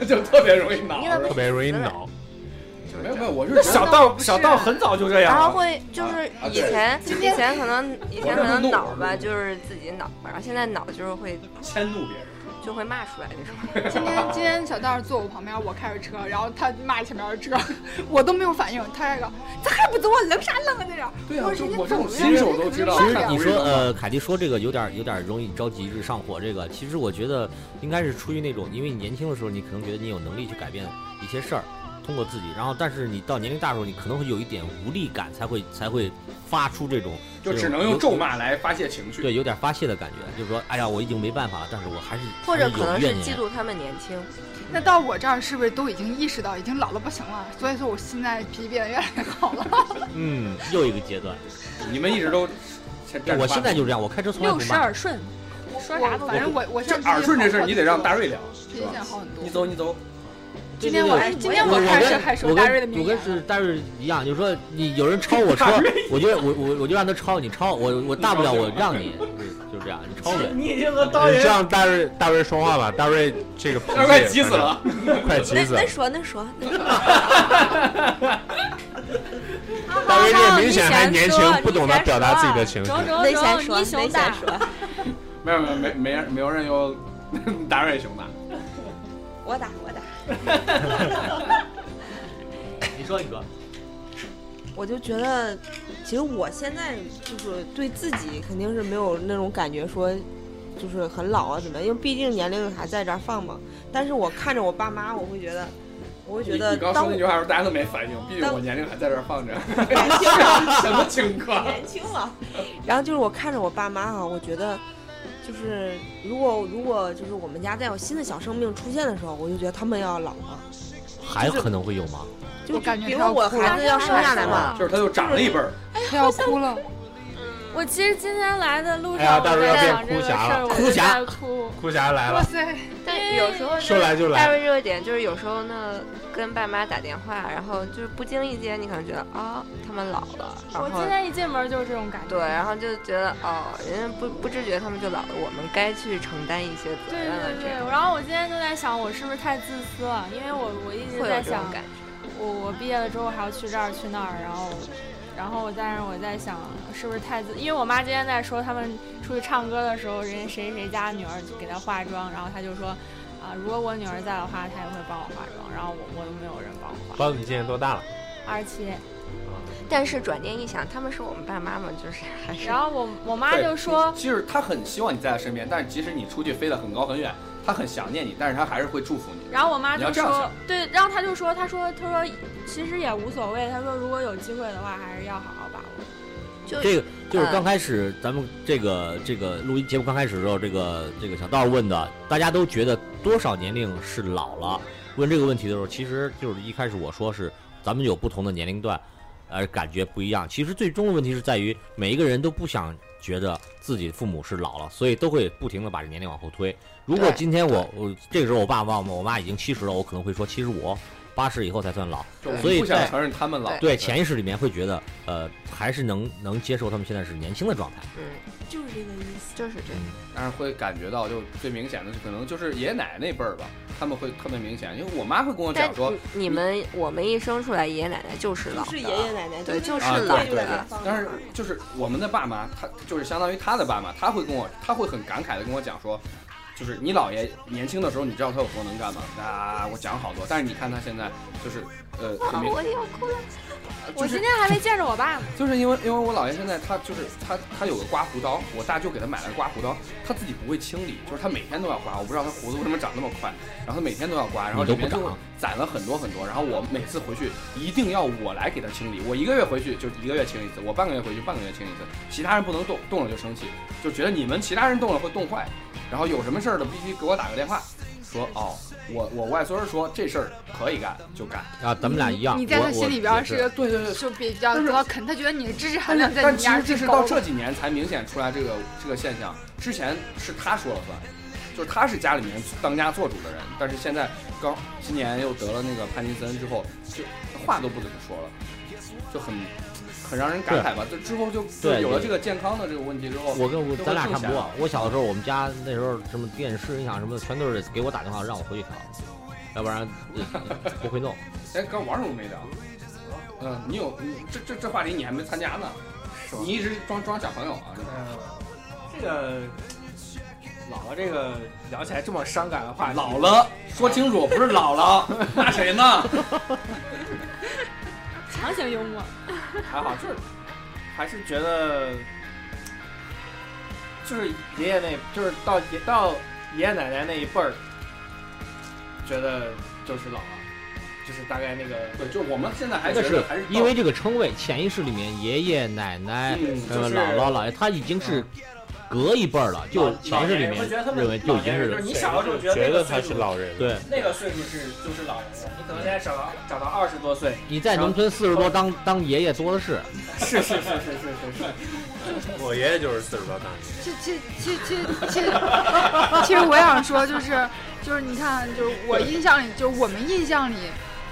就特别容易恼你。怎么特别容易死了恼，就是没这有没样有，我是啊小道小道很早就这样然后了。会就是啊啊以对前以前可能以前可我是能怒恼吧，就是自己恼，然后现在恼就是会迁怒别人。就会骂出来那种。今天 [LAUGHS] 今天小道坐我旁边，我开着车，然后他骂前面的车， [LAUGHS] 我都没有反应，他这个咋还不走啊？扔啥扔啊？那样。对啊我，就说人家我这种怎么新样手都知道。其实看你不说是吗呃，凯蒂说这个有点有点容易着急日上火，这个其实我觉得应该是出于那种，因为你年轻的时候你可能觉得你有能力去改变一些事儿，通过自己，然后但是你到年龄大的时候，你可能会有一点无力感，才会才会发出这种就这只种能用有咒骂来发泄情绪。对有点发泄的感觉，就是说哎呀我已经没办法了，但是我还是或者还可能有是怨嫉念。妒他们年轻，那到我这儿是不是都已经意识到已经老了不行了？所以说我现在脾气变得越来越好了。嗯，又一个阶段，你们一直都，我现在就是这样，我开车从来六不十骂。耳顺，说啥？反正我我这现在耳顺这事儿，你得让大瑞聊。脾气好很多你。走你走，今对天我对对今天我开始跟还我收跟大瑞的名我言跟。是大瑞一样，就是说你有人 [LAUGHS] 超我车，我就我我我就让他超你超我我大不了我让你，对就是这样，你超我。你已经和刀你爷这样大瑞大瑞说话吧，大瑞这个脾气要快急死了。反正，快急那死了那。说那说， [LAUGHS] 大瑞这 [LAUGHS] 明显还年轻，不懂得表达自己的情绪。整整那啊先整，说你那熊先大，说， [LAUGHS] 没有没有没没人没有人有 [LAUGHS] 大瑞熊大，我打我打， [LAUGHS] 你说你说，我就觉得，其实我现在就是对自己肯定是没有那种感觉说。就是很老啊，怎么样？因为毕竟年龄还在这儿放嘛。但是我看着我爸妈，我会觉得，我会觉你得你刚当说我那句话的时候，大家都没反应，毕竟当我年龄还在这儿 [LAUGHS] 放着，年轻人什么情况？年轻了。然后就是我看着我爸妈哈、我觉得就是如果如果就是我们家再有新的小生命出现的时候，我就觉得他们要老了，还可能会有吗？就我感觉比如他要说我哭了孩子要生下来嘛，就是他又长了一辈儿，哎他要哭了，嗯我其实今天来的路哎呀上，大我瑞要在变想这个哭事侠儿，了我哭就侠在哭。哭侠来哇了，塞！但有时候说来就大来。瑞热点就是有时候呢跟爸妈打电话，然后就是不经意间你可能觉得啊、他们老了，我然后今天一进门就是这种感觉。对，然后就觉得哦人家不不知觉他们就老了，我们该去承担一些责对任了对这样。对，然后我今天就在想，我是不是太自私了？因为我我一直会有在这种想，感觉，我我毕业了之后还要去这儿去那儿，然后，然后我但是我在想，是不是太自？因为我妈今天在说他们出去唱歌的时候，人家谁谁家女儿给她化妆，然后她就说，啊、如果我女儿在的话，她也会帮我化妆，然后我我都没有人帮我化。包子，你现在多大了？二十七，但是转念一想，他们是我们爸妈嘛，就是还是然后我我 [LAUGHS] 妈就说，其实他很希望你在他身边，但是即使你出去飞得很高很远，他很想念你，但是他还是会祝福你。然后我妈你要就这样说想，对，然后她就说，她说她说其实也无所谓，她说如果有机会的话，还是要好好把握。就嗯这个就是刚开始咱们这个这个录音节目刚开始的时候，这个这个小道问的，大家都觉得多少年龄是老了？问这个问题的时候，其实就是一开始我说是咱们有不同的年龄段，呃，感觉不一样。其实最终的问题是在于每一个人都不想觉得自己父母是老了，所以都会不停的把这年龄往后推。如果对今天我我这个时候我爸爸我妈已经七十了，我可能会说七十五、八十以后才算老。就我们所以不想在承认他们老，对，潜意识里面会觉得，呃，还是能能接受他们现在是年轻的状态。嗯就是这个意思。就是这样。但是会感觉到，就最明显的可能就是爷爷奶奶那辈儿吧，他们会特别明显，因为我妈会跟我但讲说，你你们我们一生出来，爷爷奶奶就是老就的，是爷爷奶奶，对就是啊老对对的对，但是就是我们的爸妈，他就是相当于他的爸妈，他会跟我，他会很感慨的跟我讲说，就是你姥爷年轻的时候，你知道他有多能干吗？啊，我讲好多，但是你看他现在就是呃，就没啊我要哭了。我今天还没见着我爸呢。就是因为因为我姥爷现在他就是他他有个刮胡刀，我大舅给他买了个刮胡刀，他自己不会清理，就是他每天都要刮，我不知道他胡子为什么长那么快，然后他每天都要刮，然后你都不里面就会长攒了很多很多，然后我每次回去一定要我来给他清理，我一个月回去就一个月清一次，我半个月回去半个月清一次，其他人不能动，动了就生气，就觉得你们其他人动了会冻坏，然后有什么事儿的必须给我打个电话，说哦我我外孙儿说这事儿可以干就干，啊，咱们俩一样。你在我他心我里边儿也是对对对就比较但是得到肯，他觉得你的知识含但量是，在但你其家实这是高到的这几年才明显出来这个这个现象，之前是他说了算，就是他是家里面当家做主的人，但是现在刚今年又得了那个帕金森之后，就话都不怎么说了，就很很让人感慨吧。就之后就就对有了对这个健康的这个问题之后，我跟我就会咱俩更差不闲多了。我小的时候，我们家那时候什么电视音响什么的，全都是给我打电话让我回去调，要不然呃不会弄。哎，刚玩什么没聊？嗯，你有你这这这话题你还没参加呢，你一直装装小朋友啊？嗯，这个老了，这个聊起来这么伤感的话，老了，说清楚，不是 [LAUGHS] 老了，那谁呢？强行幽默，还好，就是还是觉得，就是爷爷那，就是到爷到爷爷奶奶那一辈儿，觉得就是老了，就是大概那个对，就我们现在还觉但是得还是因为这个称谓，潜意识里面爷爷奶奶、嗯就呃是姥姥姥爷，他已经是隔一辈儿了，就潜意识里老年人会面觉得他们认为就已经老年人就是是你小的时候觉得觉那个得他岁是数，老人，对。那个岁数是就是老人了。你可能现在找到找到二十多岁，你在农村四十多当当爷爷多的是，是是是是是是是， [LAUGHS] 我爷爷就是四十多大，其其其其其，其实我想说就是就是你看就是我印象里就是我们印象里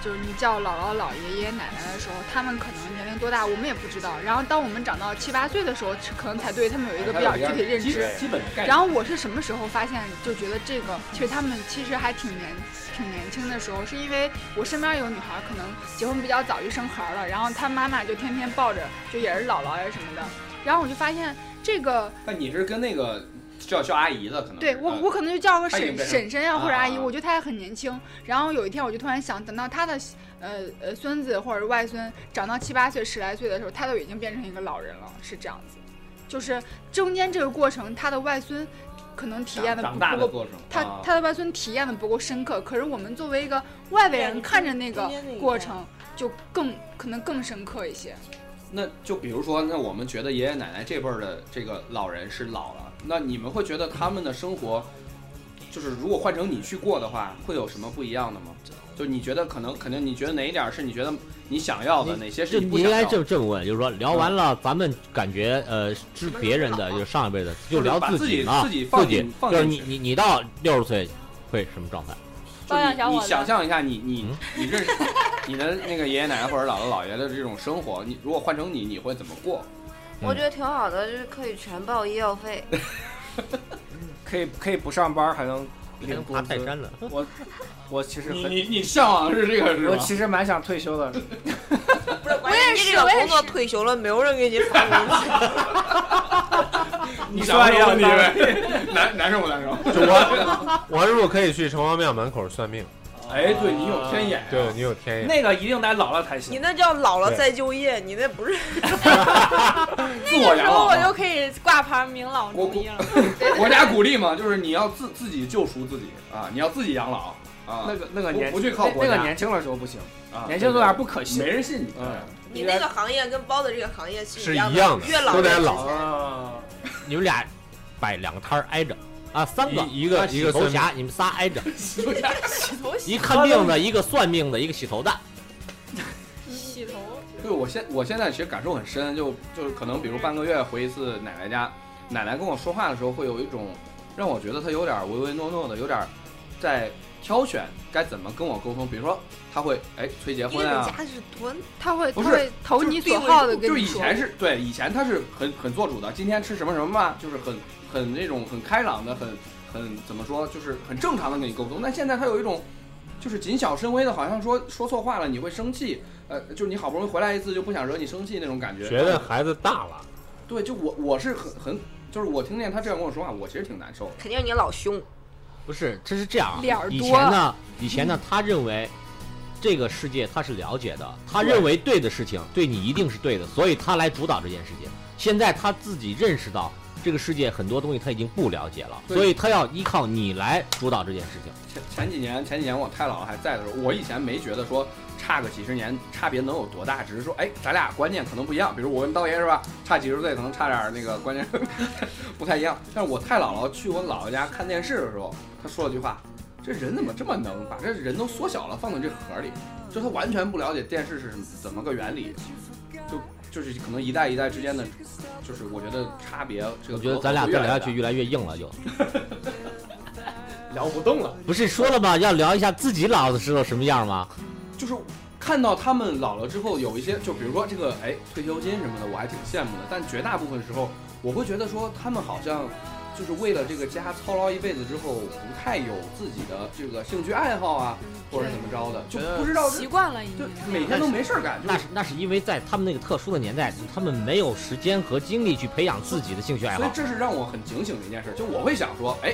就是你叫姥姥姥爷爷爷奶奶的时候，他们可能年龄多大我们也不知道。然后当我们长到七八岁的时候，可能才对他们有一个哎比较具体的认知。基本概念。然后我是什么时候发现，就觉得这个其实他们其实还挺年挺年轻的时候，是因为我身边有女孩可能结婚比较早就生孩儿了，然后她妈妈就天天抱着，就也是姥姥呀什么的，然后我就发现这个但你是跟那个叫叫阿姨的，可能对是我呃我可能就叫个她已经婶变成婶婶呀或者阿姨，啊我觉得她还很年轻。然后有一天我就突然想，等到她的呃呃孙子或者外孙长到七八岁、十来岁的时候，她都已经变成一个老人了，是这样子。就是中间这个过程，她的外孙可能体验的长不大不的够过程，他啊他的外孙体验的不够深刻，可是我们作为一个外围人看着那个中间那一过段程，就更可能更深刻一些。那就比如说，那我们觉得爷爷奶奶这辈儿的这个老人是老了，那你们会觉得他们的生活，就是如果换成你去过的话，会有什么不一样的吗？就你觉得可能肯定，你觉得哪一点儿是你觉得你想要的，你哪些就是你你不应想该要的？这这么问，就是说聊完了，咱们感觉呃是别人的，就是上一辈的，就聊把自自己嘛，自自己放进放就是进你去你你到六十岁会什么状态？就包养小你伙你子想象一下你，嗯你你认识你的那个爷爷奶奶或者姥姥姥爷的这种生活，你如果换成你，你会怎么过？ [LAUGHS] 嗯我觉得挺好的，就是可以全报医药费。可以可以不上班还能领爬工泰资。山了，我我其实你很，你你向往是这个是我吧？其实蛮想退休的。我也是，这个工作退 [LAUGHS] 休了，没有人给你发工资。你想问我问题呗，难难受不难受？就 [LAUGHS] 我我如果可以去城隍庙门口算命，哎，对你有天眼、对，你有天眼， [LAUGHS] 那个一定得老了才你行。那叫老了再就业，你那不是自我然养后老我嘛，就可以挂牌明老 [LAUGHS] 我中医了。国家鼓励嘛，就是你要自自己救赎自己啊，你要自己养老啊，那个那个不年不去靠国那家个年轻的时候不行，啊年轻有点不可信没。人信你。嗯你那个行业跟包的这个行业是是一样一样的越老都越得值老钱啊， [LAUGHS] 你们俩摆两个摊儿挨着啊，三个一一个啊洗一个头算侠，你们仨挨 [LAUGHS] 着，头一看病的，一个算命的，一个洗头的，洗头，对，我现我现在其实感受很深，就就是可能比如半个月回一次奶奶家，奶奶跟我说话的时候会有一种让我觉得她有点唯唯诺诺的，有点在挑选该怎么跟我沟通。比如说，她会哎催结因为婚你啊，家是多他会不他是会投就是你地所位好的跟就是你以说。前是对，以前他是很很做主的，今天吃什么什么嘛，就是很很那种很开朗的，很很怎么说，就是很正常的跟你沟通。但现在他有一种就是谨小慎微的，好像说说错话了你会生气，呃，就是你好不容易回来一次就不想惹你生气那种感觉。觉得孩子大了，对，就我我是很很就是我听见他这样跟我说话，我其实挺难受的。肯定是你老兄，不是，这是这样啊脸儿。以多 [LAUGHS] 前呢，以前嗯呢，他认为这个世界他是了解的，他对认为对的事情对你一定是对的，所以他来主导这件事情。现在他自己认识到这个世界很多东西他已经不了解了，对所以他要依靠你来主导这件事情。前前几年前几年我太姥还在的时候，我以前没觉得说差个几十年差别能有多大，只是说哎，咱俩观念可能不一样。比如我跟刀爷是吧，差几十岁可能差点儿那个观念 [LAUGHS] 不太一样。但是我太姥姥去我姥姥家看电视的时候，她说了句话：这人怎么这么能把这人都缩小了放到这盒里？就他完全不了解电视是什么怎么个原理，就。就是可能一代一代之间的，就是我觉得差别，这个我觉得咱俩隔再阂会越聊来下去越大越来越硬了就，聊不动了。不是说了吗？要聊一下自己老子知道什么样吗？就是看到他们老了之后，有一些就比如说这个哎退休金什么的，我还挺羡慕的。但绝大部分时候，我会觉得说他们好像就是为了这个家操劳一辈子之后，不太有自己的这个兴趣爱好啊，或者怎么着的，就不知道习惯了已就经。每天都没事儿干，就那是那是因为在他们那个特殊的年代，他们没有时间和精力去培养自己的兴趣爱所以好。这是让我很警醒的一件事，就我会想说，哎，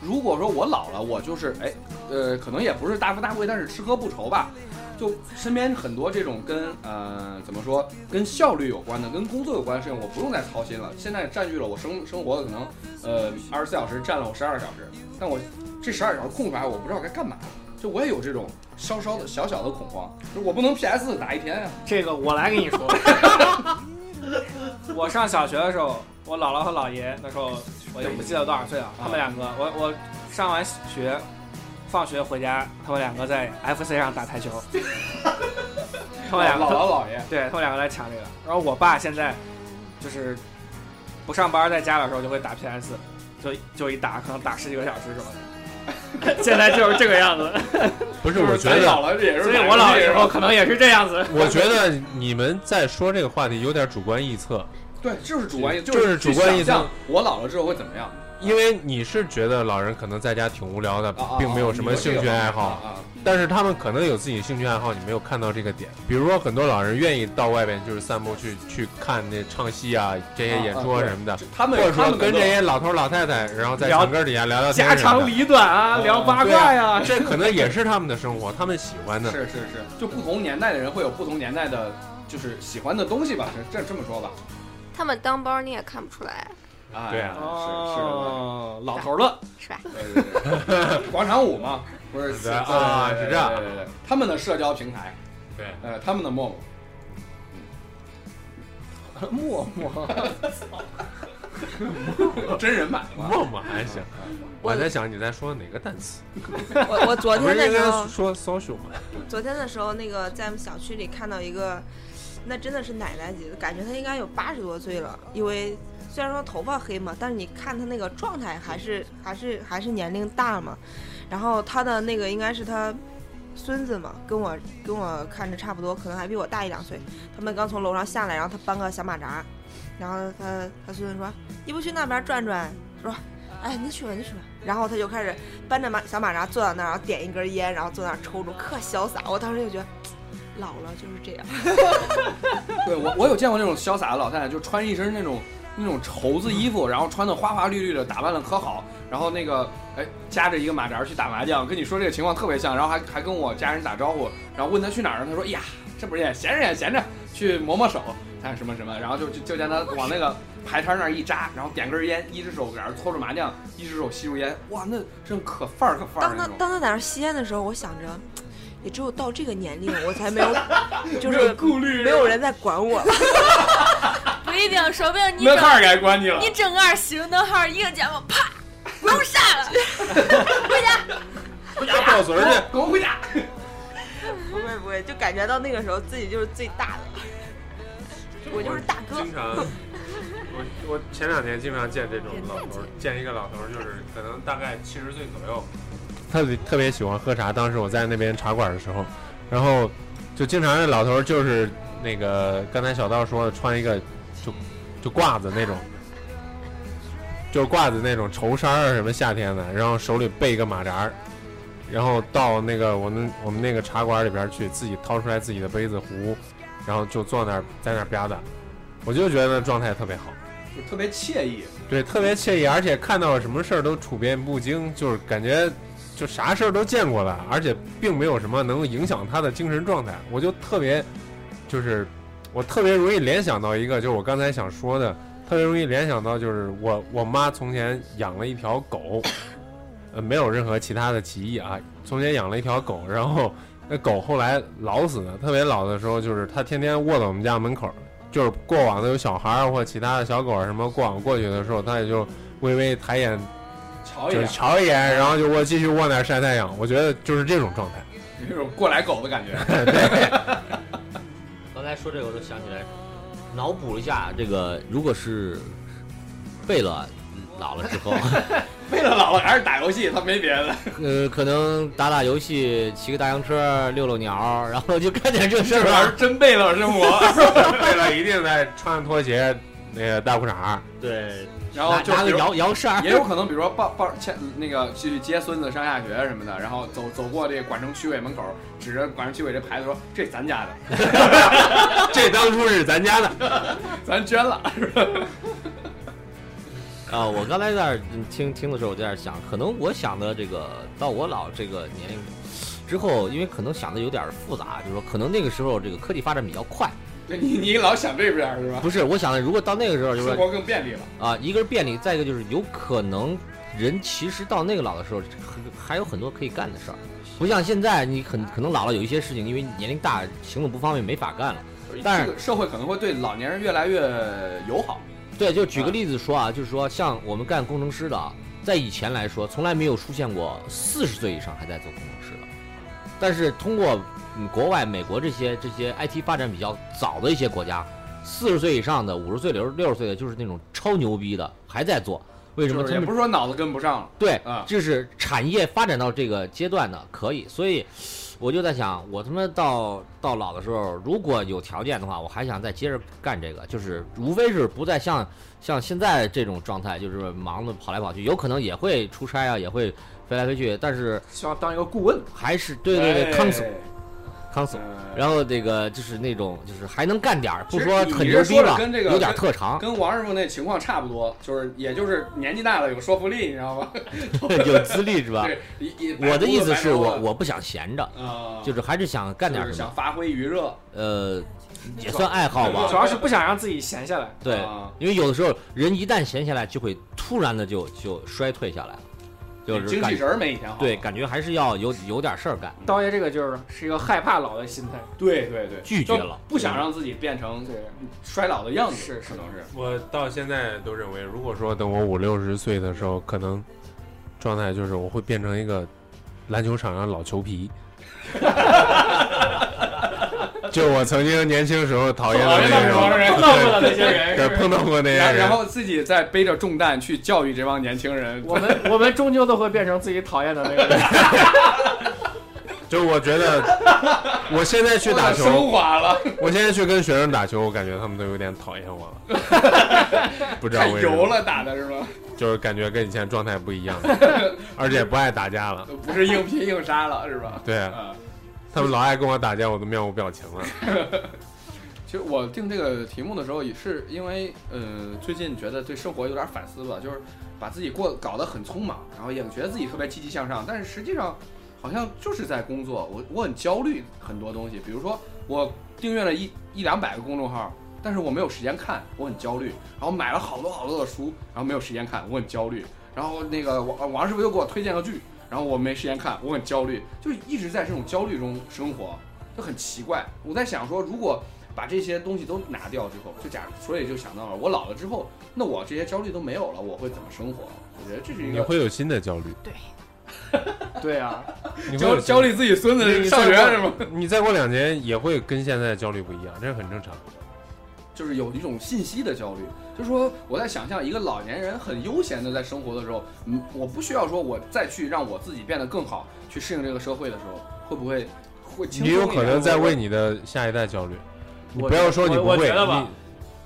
如果说我老了，我就是哎，呃，可能也不是大富大贵，但是吃喝不愁吧。就身边很多这种跟呃怎么说跟效率有关的、跟工作有关的事情，我不用再操心了。现在占据了我生生活的可能呃二十四小时，占了我十二小时，但我这十二小时空出来，我不知道该干嘛。就我也有这种稍稍的小小的恐慌，就是我不能 PS 打一天啊呀、这个我来跟你说。我上小学的时候，我姥姥和姥爷那时候我也不记得多少岁了，他们两个，嗯我我上完学，放学回家，他们两个在 FC 上打 [LAUGHS] 台球，他们两个姥姥姥爷，对他们两个来抢这个。然后我爸现在就是不上班，在家的时候就会打 PS，就就一打可能打十几个小时什么的。 [LAUGHS] 现在就是这个样子，不是，就我是觉咱得，老了这也是所以我买游戏老了以是吧后可能也是这样子。我觉得你们在说这个话题有点主观臆测， [LAUGHS] 对，就是主观意，就是是去主观意想象我老了之后会怎么样？因为你是觉得老人可能在家挺无聊的啊啊，并没有什么兴趣爱啊好，啊啊但是他们可能有自己兴趣爱好，你没有看到这个点。比如说，很多老人愿意到外边就是散步去去看那唱戏啊，这些演出啊啊对什么的，就他或们者他说们跟这能些老头老太太，然后在墙根底下聊聊天家什么长的啊里短啊，嗯聊八卦呀、这可能也是他们的生活，他们喜欢的。是是是，就不同年代的人会有不同年代的，就是喜欢的东西吧，这这这么说吧。他们当包你也看不出来，啊对啊哦，老头儿了，是吧？是是对对对 [LAUGHS] 对，广场舞嘛，不是对啊对对对是这样对对对，他们的社交平台，对，呃，他们的陌陌，嗯 [LAUGHS] 默默，真人版的嘛。默默还行，我还在想你在说哪个单词？我我昨不天是的应时该候，说 social 吗？昨天的时候，那个在我们小区里看到一个，那真的是奶奶级的，感觉她应该有八十多岁了，因为虽然说头发黑嘛，但是你看她那个状态还是还是还是年龄大嘛。然后她的那个应该是她孙子嘛，跟我跟我看着差不多，可能还比我大一两岁。他们刚从楼上下来，然后她搬个小马扎，然后她她孙子说：“你不去那边转转？”说。哎，你去吧，你去吧。然后她就开始搬着马小马扎坐到那儿，然后点一根烟，然后坐那儿抽着，可潇洒。我当时就觉得，老了就是这 [LAUGHS] 样。对我我有见过那种潇洒的老太太，就穿一身那种那种绸子衣服，然后穿的花花绿绿的，打扮的可好，然后那个哎夹着一个马扎儿去打麻将，跟你说这个情况特别像，然后还还跟我家人打招呼，然后问他去哪儿，他说哎呀这不是也闲着也闲着去磨磨手，看什么什么，然后就就就见他往那个牌摊那儿一扎，然后点根烟，一只手搁那儿搓着麻将，一只手吸住烟，哇那真可范儿可范儿当那他种。当他在那儿吸烟的时候，我想着，也只有到这个年龄，我才没有， [LAUGHS] 就没有是顾虑，没有人在管我 [LAUGHS] 了。不一定，说不定你门整槛该关你了你。整个喜荣灯号一个节目，啪，弄傻 [LAUGHS] 了。回家抱孙去。跟我回家。 [LAUGHS] 不会不会，就感觉到那个时候自己就是最大的，我就是大哥。经常，我我前两年经常见这种老头儿，见一个老头儿就是可能大概七十岁左右，特别特别喜欢喝茶。当时我在那边茶馆的时候，然后就经常这老头儿就是那个刚才小道说的穿一个就就褂子那种。就是褂子那种绸衫儿啊什么夏天的，然后手里背一个马扎儿，然后到那个我们我们那个茶馆里边儿去，自己掏出来自己的杯子壶，然后就坐那儿在那儿吧嗒，我就觉得那状态特别好。就特别惬意。对，特别惬意，而且看到什么事儿都处变不惊，就是感觉就啥事儿都见过了，而且并没有什么能够影响他的精神状态。我就特别，就是我特别容易联想到一个，就是我刚才想说的，特别容易联想到就是我我妈从前养了一条狗，呃，没有任何其他的歧义啊，从前养了一条狗，然后呃那狗后来老死了，特别老的时候，就是它天天卧在我们家门口，就是过往的有小孩儿或其他的小狗儿什么过往过去的时候，它也就微微抬眼，瞧一就是眼，瞧一眼，然后就我继续卧那儿晒太阳。我觉得就是这种状态。有一种过来狗的感觉。 [LAUGHS] [LAUGHS] 刚才说这个，我就想起来，脑补了一下，这个如果是贝勒老了之后，为了老了还是打游戏，他没别的。呃，可能打打游戏，骑个大洋车，遛遛鸟，然后就干点这事儿这玩意吧儿。真贝勒生活， [LAUGHS] 为了一定在穿拖鞋、那个大裤衩儿，对，然后拿就拿个比如摇摇扇儿，也有可能，比如说抱抱牵那个去接孙子上下学什么的，然后走走过这个管城区委门口，指着管城区委这牌子说：“这咱家的， [LAUGHS] 这当初是咱家的。咱捐了。啊，我刚才在那儿听听的时候，我在那儿想，可能我想的这个到我老这个年龄之后，因为可能想的有点儿复杂，就是说可能那个时候这个科技发展比较快，”就你你老想这边儿是吧？不是我想的，如果到那个时候就是生说活更便利了。啊，一个是便利，再一个就是有可能人其实到那个老的时候还还有很多可以干的事儿，不像现在你很可能老了有一些事情，因为年龄大行动不方便没法干了。但是这个社会可能会对老年人越来越友好。对，就举个例子说啊，就是说像我们干工程师的，啊，在以前来说，从来没有出现过四十岁以上还在做工程师的。但是通过嗯国外美国这些这些 IT 发展比较早的一些国家，四十岁以上的、五十岁、六六十岁的，就是那种超牛逼的还在做。为什么就是他也们不是说脑子跟不上了，对啊，就是产业发展到这个阶段呢，可以。所以我就在想，我他妈到到老的时候，如果有条件的话，我还想再接着干这个，就是无非是不再像像现在这种状态，就是忙的跑来跑去，有可能也会出差啊，也会飞来飞去，但是希望当一个顾问。还是对对对哎，console console。嗯然后这个就是那种，就是还能干点儿，不其实说你很你牛是逼说的吧，跟这个有点特长，跟王师傅那情况差不多，就是也就是年纪大了有说服力，你知道吗？ [LAUGHS] [LAUGHS] 有资历是吧？对，一一我的意思是我白胡子我不想闲着，啊，就是还是想干点就什是么想。发挥余热，呃，也算爱好主吧。要是不想让自己闲下来。对，啊因为有的时候人一旦闲下来，就会突然的就就衰退下来了，就是精感气神儿没以前好。对，感觉还是要有有点事儿干，刀爷这个就是是一个害怕老的心态。对对对，拒绝了就不想让自己变成对，衰老的样子，是是可能是。我到现在都认为，如果说等我五六十岁的时候，可能状态就是我会变成一个篮球场上老球 [LAUGHS] 皮。就我曾经年轻时候讨厌的那种人，碰到过的那些 [LAUGHS] 人，对，碰到过那些然人，然后自己再背着重担去教育这帮年轻人。 [LAUGHS] 我们我们终究都会变成自己讨厌的那个人。就我觉 [LAUGHS] 得，我现在去打我球升，华了，我现在去跟学生打球，我感觉他们都有点讨厌我了， [LAUGHS] 不知道太为什油么，了，打的是吗？ [LAUGHS] 就是感觉跟以前状态不一样了，而且不爱打架 [LAUGHS] 了。不是硬拼硬杀了是吧？ [LAUGHS] 对啊，他们老爱跟我打架，我都面无表情了。其实我定这个题目的时候，也是因为呃，最近觉得对生活有点反思吧，就是把自己过搞得很匆忙，然后也觉得自己特别积极向上，但是实际上好像就是在工作。我我很焦虑很多东西，比如说我订阅了一一两百个公众号，但是我没有时间看，我很焦虑。然后买了好多好多的书，然后没有时间看，我很焦虑。然后那个王王师傅又给我推荐个剧，然后我没时间看，我很焦虑，就一直在这种焦虑中生活，就很奇怪。我在想说，如果把这些东西都拿掉之后，就假如所以就想到了，我老了之后，那我这些焦虑都没有了，我会怎么生活？我觉得这是一你个会有新的焦虑，对啊，你会焦有焦虑自己孙子你上学再过是吗？你再过两年也会跟现在焦虑不一样，这很正常。就是有一种信息的焦虑，就是说我在想象一个老年人很悠闲的在生活的时候，嗯，我不需要说我再去让我自己变得更好，去适应这个社会的时候，会不会会轻松你一点？有可能在为你的下一代焦虑。你我不要说你不我我会，觉得吧你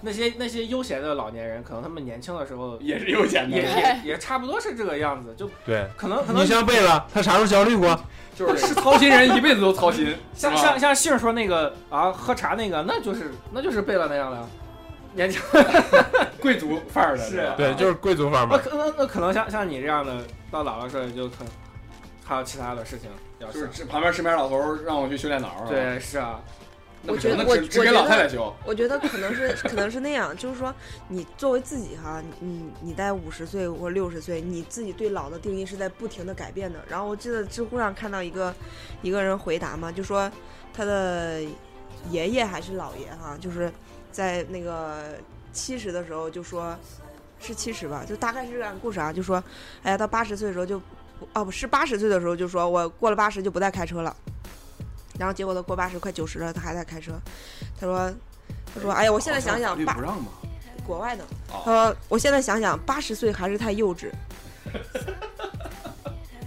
那些那些悠闲的老年人，可能他们年轻的时候也是悠闲的也，也也差不多是这个样子，就对，可能可能你像贝勒，他啥时候焦虑过？就是操心人一辈子都操心， [LAUGHS] 像是吧像像杏儿说那个啊，喝茶那个，那就是那就是贝勒那样的。年轻 [LAUGHS] 贵族范儿的，是啊对对，吧就是啊贵族范儿那嘛。可那那可能像像你这样的到老了之后，你就可能还有其他的事情要就想是。这旁边身边老头儿让我去修电脑儿，是吧，对，是啊，那不我觉行得那我只只我给觉老得太太修，我觉得可能是可能是那样，就是说，你作为自己哈，你你你在五十岁或六十岁，你自己对老的定义是在不停的改变的。然后我记得知乎上看到一个一个人回答嘛，就说他的爷爷还是姥爷哈，就是在那个七十的时候就说，是七十吧，就大概是这样的故事啊，就说，哎呀，到八十岁的时候就不，哦不是八十岁的时候就说我过了八十就不再开车了。然后结果他过八十快九十了，他还在开车。他说：“他说，哎呀，我现在想好像法想，律八不让嘛，国外的。哦他说我现在想想，八十岁还是太幼稚。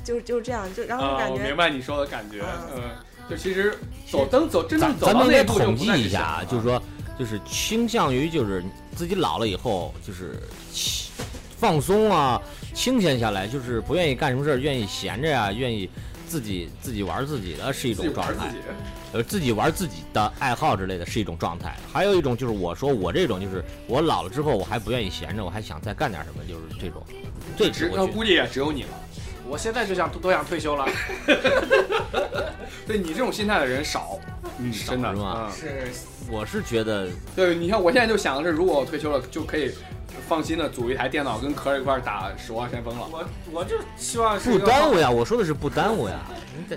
就就是这样，就然后啊，感我觉明白你说的感觉，啊嗯，就其实走灯走真咱正走咱到们那得一步就统不计再一下想了啊，就是说，就是倾向于就是自己老了以后就是起放松啊，清闲下来，就是不愿意干什么事儿，愿意闲着呀、愿意自己自己玩儿自己的是一自己种状玩自态己。，呃，自己玩自己的爱好之类的是一种状态，还有一种就是我说我这种就是我老了之后我还不愿意闲着，我还想再干点什么，就是这种，这只是那我觉得估计也只有你了。我现在就想都想退休了， [LAUGHS] 对你这种心态的人少，嗯，少真的是吗？嗯是我是觉得对，你看我现在就想的是，如果我退休了，就可以放心的组一台电脑跟壳儿一块儿打《守望先锋》了。我我就希望是不一个耽误呀，我说的是不耽误呀。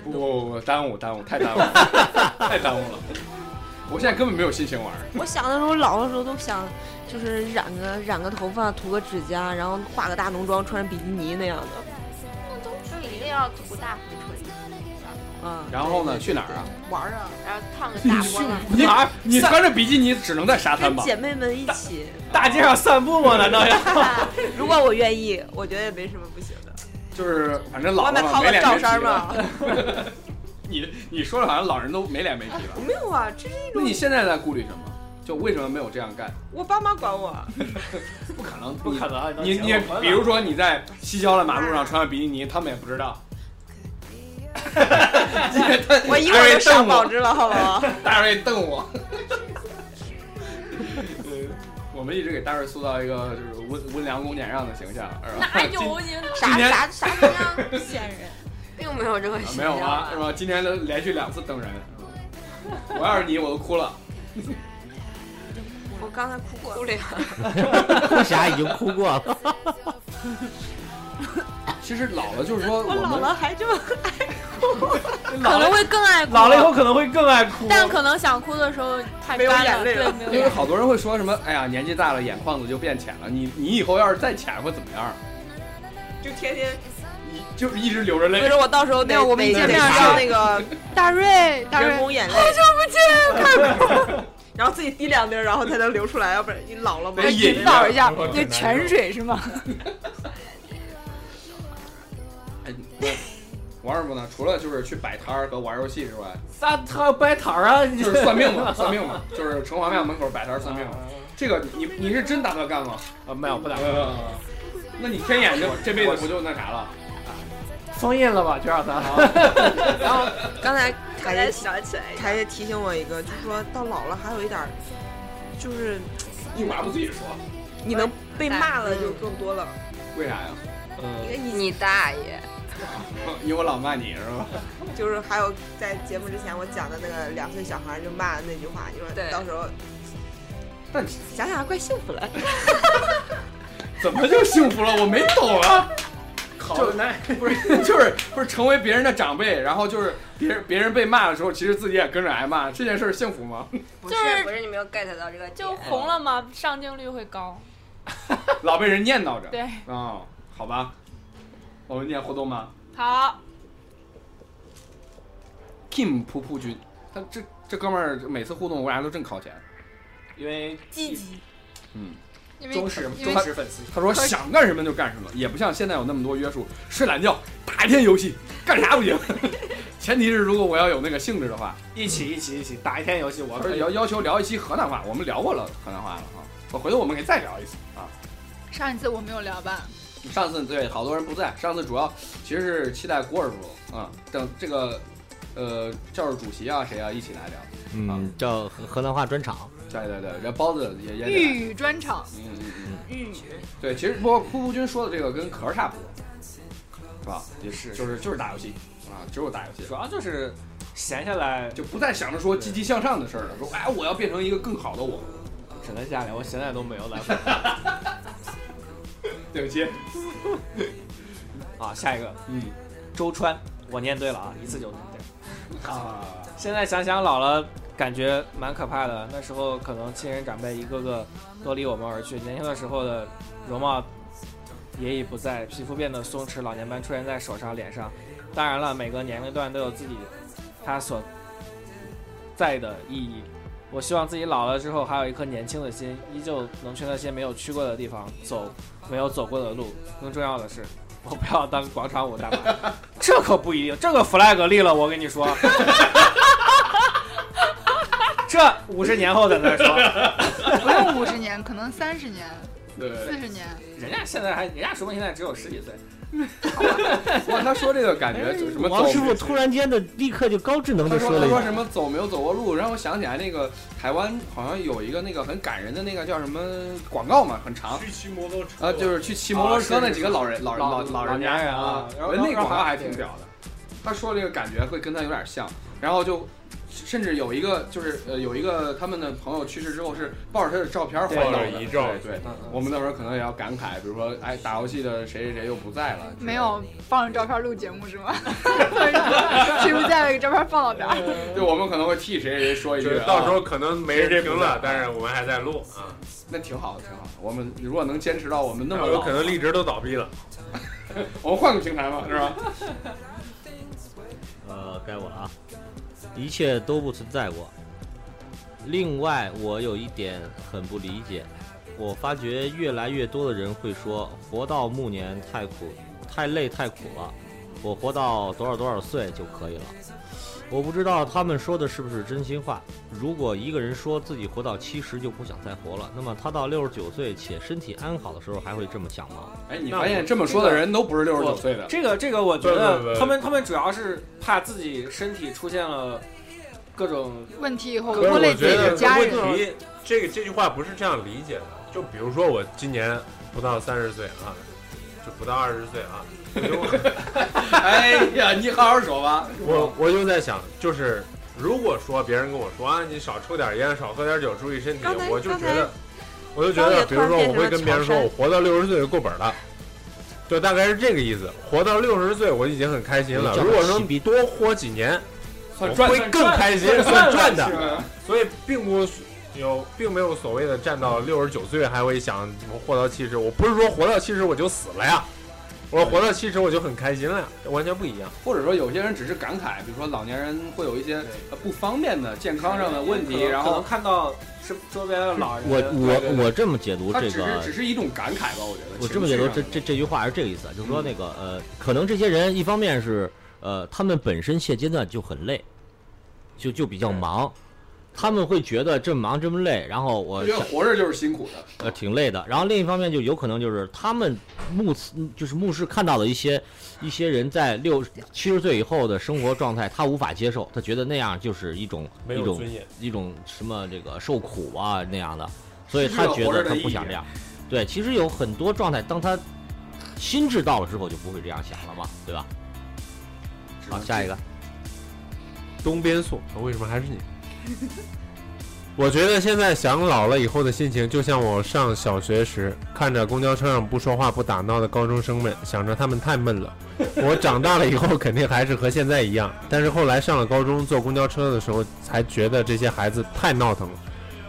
不不不不，耽误耽误，太耽误了， [LAUGHS] 太耽误了。我现在根本没有心情玩儿。我想的时候，老的时候都想，就是染个染个头发，涂个指甲，然后化个大浓妆，穿着比基尼那样的。就一定要涂大红唇，嗯，然后呢，去哪儿啊？玩儿啊，然后烫个大啊波浪。你哪儿？你穿着比基尼只能在沙滩跟吧？姐妹们一起。大街上散步吗？难道要？ [LAUGHS] 如果我愿意，我觉得也没什么不行的。就是反正老外了面嘛套没个脸罩没皮衫了。嘛。你你说的好像老人都没脸没皮了。没有啊，这是那你现在在顾虑什么？就为什么没有这样干？我爸妈管我。不可能，不可能，你都你结婚了比如说你在西郊的马路上穿个比基尼，他们也不 [LAUGHS] 知道。我一会儿就上保值了，好不好？ [LAUGHS] 大瑞瞪我。呃我们一直给大瑞塑造一个就是温温良恭俭让的形象，是吧？那就今啥啥啥这样，显人。并没有这个啊形没有象啊，是吧？今天都连续两次瞪人，我要是你我都哭了。我刚才哭过，了。 [LAUGHS] 哭侠已经 [LAUGHS] 哭过了，其实老了就是说我我老们了 [LAUGHS] 还这么可能会更爱哭，老了以后可能会更爱哭，但可能想哭的时候太没有干眼了，泪对，了没有因眼为泪。好多人会说什么，哎呀，年纪大了眼眶子就变浅了，你你以后要是再浅会怎么样？就天天，你就是一直流所着泪以。说我到时候得没有我们得一见得面上那个大瑞，大人瑞，工眼泪，好久不见， [LAUGHS] 然后自己滴两滴，然后才能流出来，要不然你老了嘛得。引引导一下，我就泉水是吗？哎你玩什么呢？除了就是去摆摊儿和玩游戏之外，三套白摊儿啊，你就是算命 [LAUGHS] 嘛，[LAUGHS] 算命嘛，就是城隍庙门口摆摊儿算命嘛。嗯这个你你是真打算干吗？啊，没有不打。呃，那你天眼就这辈子不就那啥了？封印了吧，就让他。 [LAUGHS] 然 [LAUGHS] 啊后刚才突凯然爷提想起来，凯爷提醒我一个，就是说到老了还有一点儿，就是你嘛不自己说？你能被骂了就更多了。为啥呀？呃嗯，你大爷！啊因为我老骂你是吧？ [LAUGHS] [LAUGHS] 就是还有在节目之前我讲的那个两岁小孩就骂的那句话，就是对到时候但想想还怪幸福了。怎么就幸福了？我没懂啊。就那 [LAUGHS] 不是，就是不是成为别人的长辈，然后就是别人别人被骂的时候，其实自己也跟着挨骂，这件事儿幸福吗？不就是不是你没有 get 到这个点，就红了嘛，上镜率会高。老被人念叨着。对，哦，好吧，哦我们念活动吗好， ？Kim 噗噗君，他这这哥们儿每次互动我俩都挣靠前。因为积极，嗯，因为忠实因为忠实粉丝，他说想干什么就干什么，也不像现在有那么多约束，睡懒觉、打一天游戏，干啥不行？ [LAUGHS] 前提是如果我要有那个兴致的话，一起一起一起打一天游戏，我我说要要求聊一期河南话，我们聊过了河南话了啊，我回头我们可以再聊一次啊。上一次我没有聊吧？上次对好多人不在，上次主要其实是期待郭师傅啊，等这个呃教授主席啊谁啊一起来聊。嗯，叫河河南话专场，对对对，然后包子也也得来。玉语专场，嗯嗯嗯。玉语对，其实不过库库君说的这个跟壳儿差不多，是吧？也是，啊就是就是打游戏啊，只有打游戏，主要就是闲下来就不再想着说积极向上的事儿了，说哎，我要变成一个更好的我。只能家里，我现在都没有来 [LAUGHS] 对不起，啊。下一个嗯周川，我念对了啊，一次就对。啊，现在想想老了，感觉蛮可怕的。那时候可能亲人长辈一个个都离我们而去，年轻的时候的容貌也已不在，皮肤变得松弛，老年斑出现在手上、脸上。当然了，每个年龄段都有自己它所在的意义。我希望自己老了之后还有一颗年轻的心，依旧能去那些没有去过的地方，走没有走过的路。更重要的是，我不要当广场舞大妈， [LAUGHS] 这可不一定。这个 flag 立了，我跟你说， [LAUGHS] 这五十年后咱再说。不用五十年，可能三十年、对，四十年，人家现在还，人家说不定现在只有十几岁。 [LAUGHS] 哇，他说这个感觉就是什么走？王师傅突然间的立刻就高智能他的说了他一说句，什么走没有走过路，让我想起来那个台湾好像有一个那个很感人的那个叫什么广告嘛，很长。去骑摩托车呃，就是去骑摩托车那几个老人、老人、老老人老年人啊啊，然后那然后广告还还挺屌的。他说这个感觉会跟他有点像，然后就甚至有一个就是呃有一个他们的朋友去世之后是抱着他的照片环对岛的，遗照对对。我们那时候可能也要感慨，比如说，哎，打游戏的谁谁谁又不在了，没有放着照片录节目是吗？ [LAUGHS] 谁不在了，给照片放到这儿。对，我们可能会替谁谁谁说一就句是，到时啊候可能没人听了，但是我们还在录啊，那挺好的，挺好的。我们如果能坚持到我们那那么有老，可能荔枝都倒闭了。我们换个平台吧，是吧？呃，该我了啊，一切都不存在过。另外，我有一点很不理解，我发觉越来越多的人会说活到暮年太苦、太累、太苦了，我活到多少多少岁就可以了。我不知道他们说的是不是真心话。如果一个人说自己活到七十就不想再活了，那么他到六十九岁且身体安好的时候还会这么想吗？哎，你那发我现这么说的人都不是六十我九岁的，这个这个，我觉对对得对他们他们主要是怕自己身体出现了各种问题以后可是拖累我自觉己的得家问人。题，这个这句话不是这样理解的。就比如说我今年不到三十岁啊，就不到二十岁啊，我就哎呀，你好好说吧。我我就在想，就是如果说别人跟我说啊，你少抽点烟，少喝点酒，注意身体刚才，我就刚觉才得，我就觉刚得，才比突如然说我会变成了跟别人说，乔我杉活到六十岁就够本了。就大概是这个意思，活到六十岁我已经很开心了。叫如果他细能逼多活几年，算我赚会算更赚开心，算赚的。的。 [LAUGHS] 所以并不有，并没有所谓的站到六十九岁还会想什么活到七十。我不是说活到七十我就死了呀，我说活到七十我就很开心了呀，这完全不一样。或者说有些人只是感慨，比如说老年人会有一些呃不方便的健康上的问可题，能然可能后看到是周边的老人，我啊对对我对我这么解读他这只是个只是一种感慨吧，我觉得。我情这么解读绪上这这这句话是这个意思，就是说那个呃，可能这些人一方面是呃，他们本身现阶段就很累，就就比较忙，他们会觉得这么忙这么累，然后我我觉得活着就是辛苦的。呃挺累的，然后另一方面就有可能就是他们目次就是目视看到的一些一些人在六七十岁以后的生活状态，他无法接受，他觉得那样就是一种没一有种尊严，一种什么这个受苦啊那样的，所以失去他了觉活得着他的不意想义这样。对，其实有很多状态，当他心智到了之后，就不会这样想了嘛，对吧？好，下一个，东边送，为什么还是你？ [LAUGHS] 我觉得现在想老了以后的心情，就像我上小学时看着公交车上不说话不打闹的高中生们，想着他们太闷了。 [LAUGHS] 我长大了以后肯定还是和现在一样，但是后来上了高中坐公交车的时候，才觉得这些孩子太闹腾了，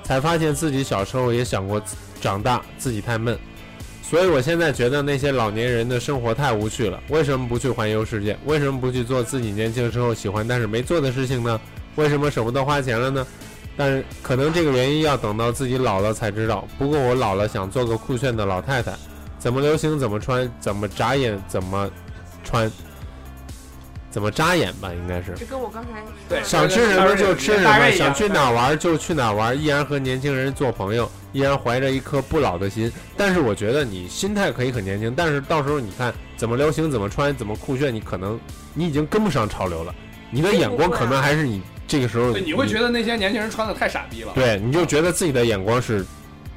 才发现自己小时候也想过自长大自己太闷。所以我现在觉得那些老年人的生活太无趣了，为什么不去环游世界？为什么不去做自己年轻时候喜欢但是没做的事情呢？为什么舍不得花钱了呢？但是可能这个原因要等到自己老了才知道。不过我老了想做个酷炫的老太太，怎么流行怎么穿，怎么眨眼怎么穿，怎么眨眼吧，应该是。这跟我刚才对想吃什么就吃什大啊概么，一样想去哪 [LAUGHS] 玩就去哪玩，依然和年轻人做朋友，依然怀着一颗不老的心。但是我觉得你心态可以很年轻，但是到时候你看怎么流行、怎么穿、怎么酷炫，你可能你已经跟不上潮流了，你的眼光可能还是你这这个时候对，你会觉得那些年轻人穿的太傻逼了。对，你就觉得自己的眼光是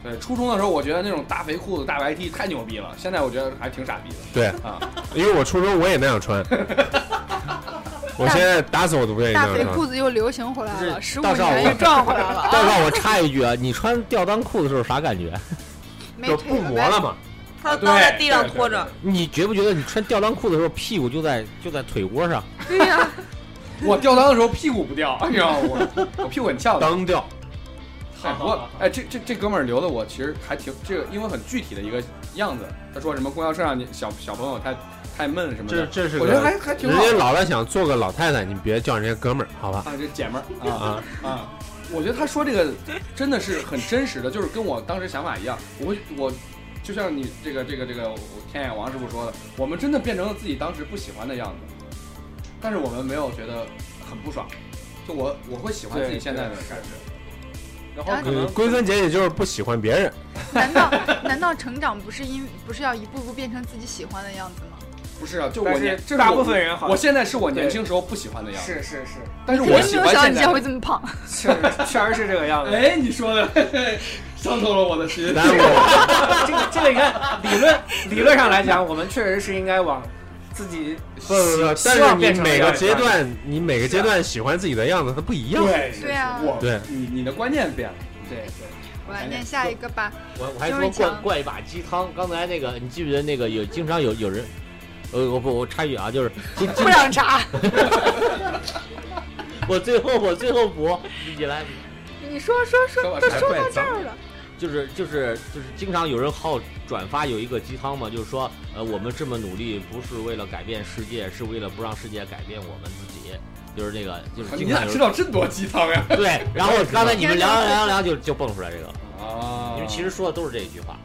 对，初中的时候我觉得那种大肥裤子、大白 T 太牛逼了，现在我觉得还挺傻逼的 [LAUGHS] 对，啊。因为我初中我也那样 [LAUGHS] 穿，我现在打死我都不愿意大那肥样穿。裤子又流行回来了，十五到时候 [LAUGHS] 年又我赚哎回来了但啊！让我插一句啊，你穿吊裆裤的时候啥感觉？ [LAUGHS] 没就腿不了磨呗了嘛， [LAUGHS] 他对当在地上对拖着，你觉不觉得你穿吊裆裤的时候，屁股就在就在腿窝上？对呀、 [LAUGHS] 我吊裆的时候屁股不掉，你知道吗？我我屁股很翘的。裆掉。哎，不过，哎，这这这哥们儿留的我其实还挺这个，因为很具体的一个样子。他说什么公交车上你小小朋友太太闷什么这的，这是我觉得个，还还挺人好家的。老了想做个老太太，你别叫人家哥们儿，好吧？啊，这姐们儿啊啊，啊，我觉得他说这个真的是很真实的，就是跟我当时想法一样。我会我就像你这个这个这个我天眼王师傅说的，我们真的变成了自己当时不喜欢的样子，但是我们没有觉得很不爽。就我我会喜欢自己现在的感觉。然后可嗯能归根结底就是不喜欢别人。难道难道成长不是因不是要一步步变成自己喜欢的样子吗？不是啊，就但我是年这是大我部分人好我像现在是我年轻时候不喜欢的样子， [LAUGHS] 是是是，但是你我肯定喜没有欢想到现你现在在会。这么胖，确实确实是这个样子。哎，你说的嘿嘿伤透了我的心。但是我这个这个你看，理论理论上来讲，我们确实是应该往自己不不不，但希希是望你变成每那个样阶段，你每个阶段喜欢自己的样子，它不一样。对对啊我对你你的观念变了。对对， [LAUGHS] 我来念下一个吧。我我还就是说讲灌灌一把鸡汤。刚才那个，你记不记得那个有经常有有人，呃，我不我插一句啊，就是 [LAUGHS] 经经不想查，我最后我最后补，你你来，你说说说，说吧都说吧说快到这咱儿了，就是就是就是经常有人好转发有一个鸡汤嘛，就是说呃我们这么努力不是为了改变世界，是为了不让世界改变我们自己。就是那个，就是你经咋常有知人道这么多鸡汤呀？ [LAUGHS] 对，然后刚才你们天生聊聊聊聊就就蹦出来这个了，啊你们其实说的都是这一句话，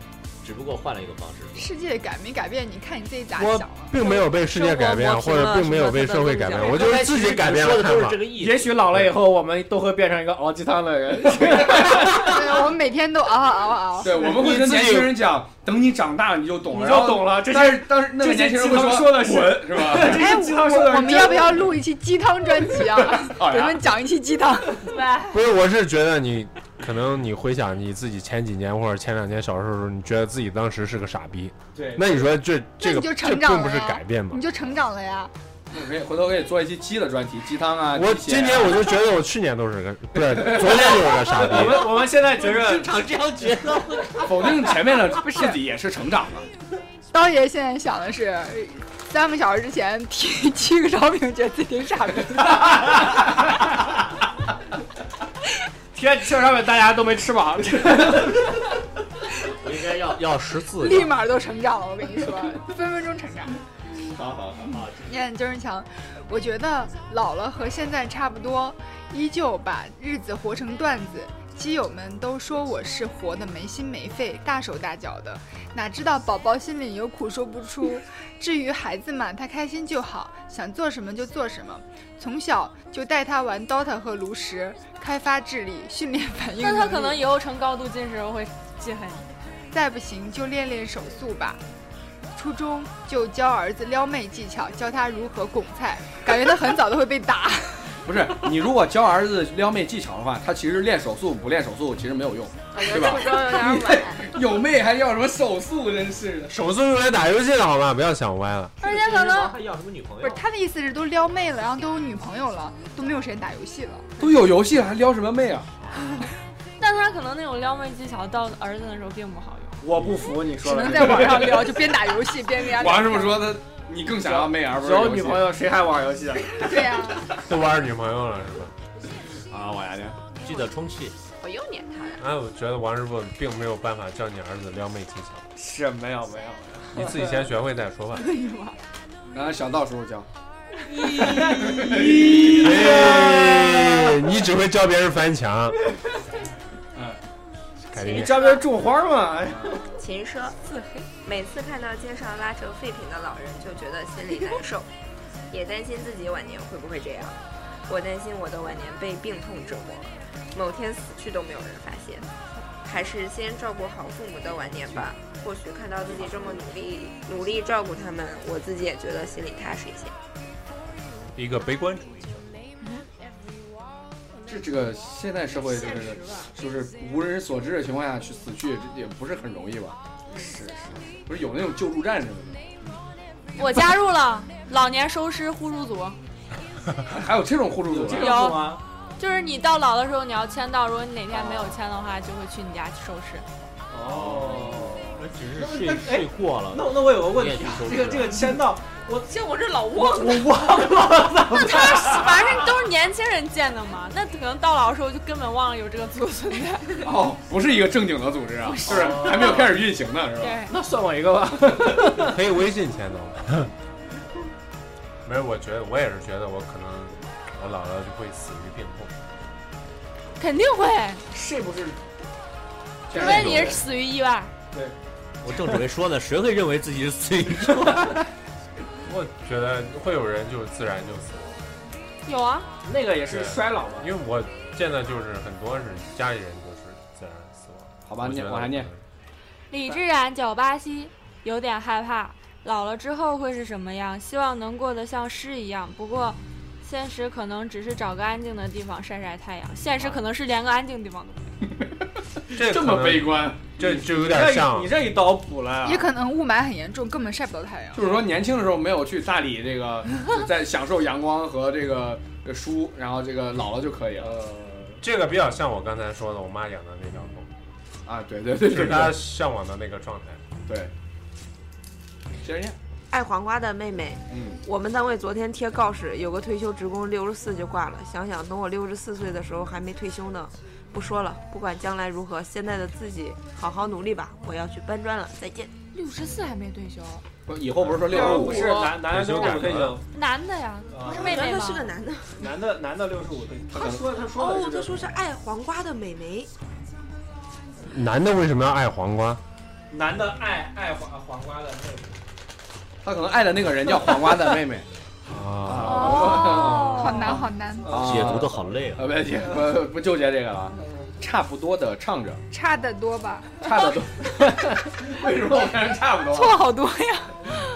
只不过换了一个方式。世界改没改变，你看你自己咋我想了。并没有被世界改变，生活磨平或了者并没有被社会改变什，么我的就是自己改变了说的看都是法这。个意也思。许老了以后，我们都会变成一个熬鸡汤的人。对，我们每天都啊熬熬熬。对，我们会跟年轻人讲，等你长大了你就懂了，你就懂了这些但是当时那个这些年轻人会鸡汤说说的是滚是吧？ [LAUGHS] 这些鸡汤说的哎我是们要不要录一期鸡汤专辑 [LAUGHS] 啊？哎给你呀们讲一期鸡汤。不是，我是觉得你可能你回想你自己前几年或者前两年小时候的时候，你觉得自己当时是个傻逼，对，那你说这这那个你就这成长了并不是呀改变吗你？就成长了呀，可以回头可以做一期鸡的专题，鸡汤啊。我鸡血啊今年我就觉得我去年都是个不是，昨天就是个傻我逼。们我们现在觉着经常这样觉得，否定前面的自己也是成长了。刀爷现在想的是，三个小时之前提七个烧饼，觉得自己是傻逼。 [LAUGHS] 天气上面大家都没吃饱， [LAUGHS] 我应该要要 [LAUGHS] 十四立马都成长了，我跟你说，分分钟成长。好好好，啊你看周仁强，我觉得老了和现在差不多，依旧把日子活成段子。基友们都说我是活得没心没肺、大手大脚的，哪知道宝宝心里有苦说不出。至于孩子嘛，他开心就好，想做什么就做什么。从小就带他玩 DOTA 和炉石，开发智力，训练反应能那力。他可能以后成高度近视会记恨你。再不行就练练手速吧。初中就教儿子撩妹技巧，教他如何拱菜，感觉他很早都会被打。不是你如果教儿子撩妹技巧的话，他其实练手速不练手速其实没有用，对吧？初中有点晚，有妹还要什么手速，真是的。手速用来打游戏的好吗？不要想歪了。 [LAUGHS] 而且可能还要什么女朋不是友？他的意思是都撩妹了，然后都有女朋友了，都没有时间打游戏了。都有游戏了，还撩什么妹啊？但他可能那种撩妹技巧到儿子那时候并不好用。我不服你只说能的。在网上撩，就边打游戏边跟人家聊王天。师傅 [LAUGHS] 说他，你更想要妹而不是有女朋友友谁还玩游戏啊？对呀、 [LAUGHS] 都玩女朋友了是吧？啊？我呀，记得充气，我又撵他了。哎，我觉得王师傅并没有办法教你儿子撩妹技巧，是没有没有，你自己先学会再说 [LAUGHS] 吧。然后小道叔叔教，哎，你只会教别人翻墙。嗯凯你丽，这不是种花吗？哎 [LAUGHS] 禽奢自黑，每次看到街上拉成废品的老人，就觉得心里难受，也担心自己晚年会不会这样。我担心我的晚年被病痛折磨，某天死去都没有人发现。还是先照顾好父母的晚年吧。或许看到自己这么努力，努力照顾他们，我自己也觉得心里踏实一些。一个悲观主义者。这这个现代社会就现是实吧。就是无人所知的情况下去死去，这也不是很容易吧？是是，不是有那种救助站什么的，我加入了老年收尸互助组，还有这种互助组有这呢种有树吗？就是你到老的时候你要签到，如果你哪天没有签的话，就会去你家收尸。哦，我只是那睡那哎睡过了。那那我有个问你也题去收啊，这个拾这个签到像我这老我翁，我忘了，那他是反正都是年轻人建的嘛，那可能到老的时候就根本忘了有这个组存在。哦，不是一个正经的组织啊，就是还没有开始运行呢，是吧？对， [LAUGHS] 那算我一个吧。 [LAUGHS] 可以微信签的吗？ [LAUGHS] 没有，我觉得我也是觉得我可能我老了就会死于病痛。肯定会，这不是除非你是死于意外。我正准备说呢，谁会认为自己是死于？ [LAUGHS] 我觉得会有人就自然就死，有啊，那个也是衰老嘛？因为我见的就是很多是家里人就是自然死亡。好吧，我觉念得我还念，李志然脚巴西，有点害怕，老了之后会是什么样？希望能过得像诗一样。不过，现实可能只是找个安静的地方晒晒太阳，现实可能是连个安静地方都没有。这这可么能悲，观，这这有你这点一像你这一刀补了呀也可能雾霾很严重，根本晒不到太阳。就是说年轻的时候没有去大理这个，就在享受阳光和这个呃书，然后这个老了就可以了呃这个比较像我刚才说的，我妈养的那条狗，啊，对对对就是对她向往的那个状态。对，接着念，爱黄瓜的妹妹，嗯，我们单位昨天贴告示，有个退休职工六十四就挂了。想想等我六十四岁的时候还没退休呢。不说了，不管将来如何，现在的自己好好努力吧。我要去搬砖了，再见。六十四还没退休，不以后不是说六六十十五五是男退男的休六十感五退了休，男的呀，啊不是妹妹他吗？是个男的男的男的六十五退休。他说他说哦，他的是说是爱黄瓜的美眉，男的为什么要爱黄瓜？男的爱爱黄黄瓜的那个他可能爱的那个人叫黄瓜的妹妹啊，哦，好难，好难，啊解读的好累啊！啊，别解不不纠结这个了，啊，差不多的唱着，差得多吧？差得多，为什么我看着差不多？错好多呀。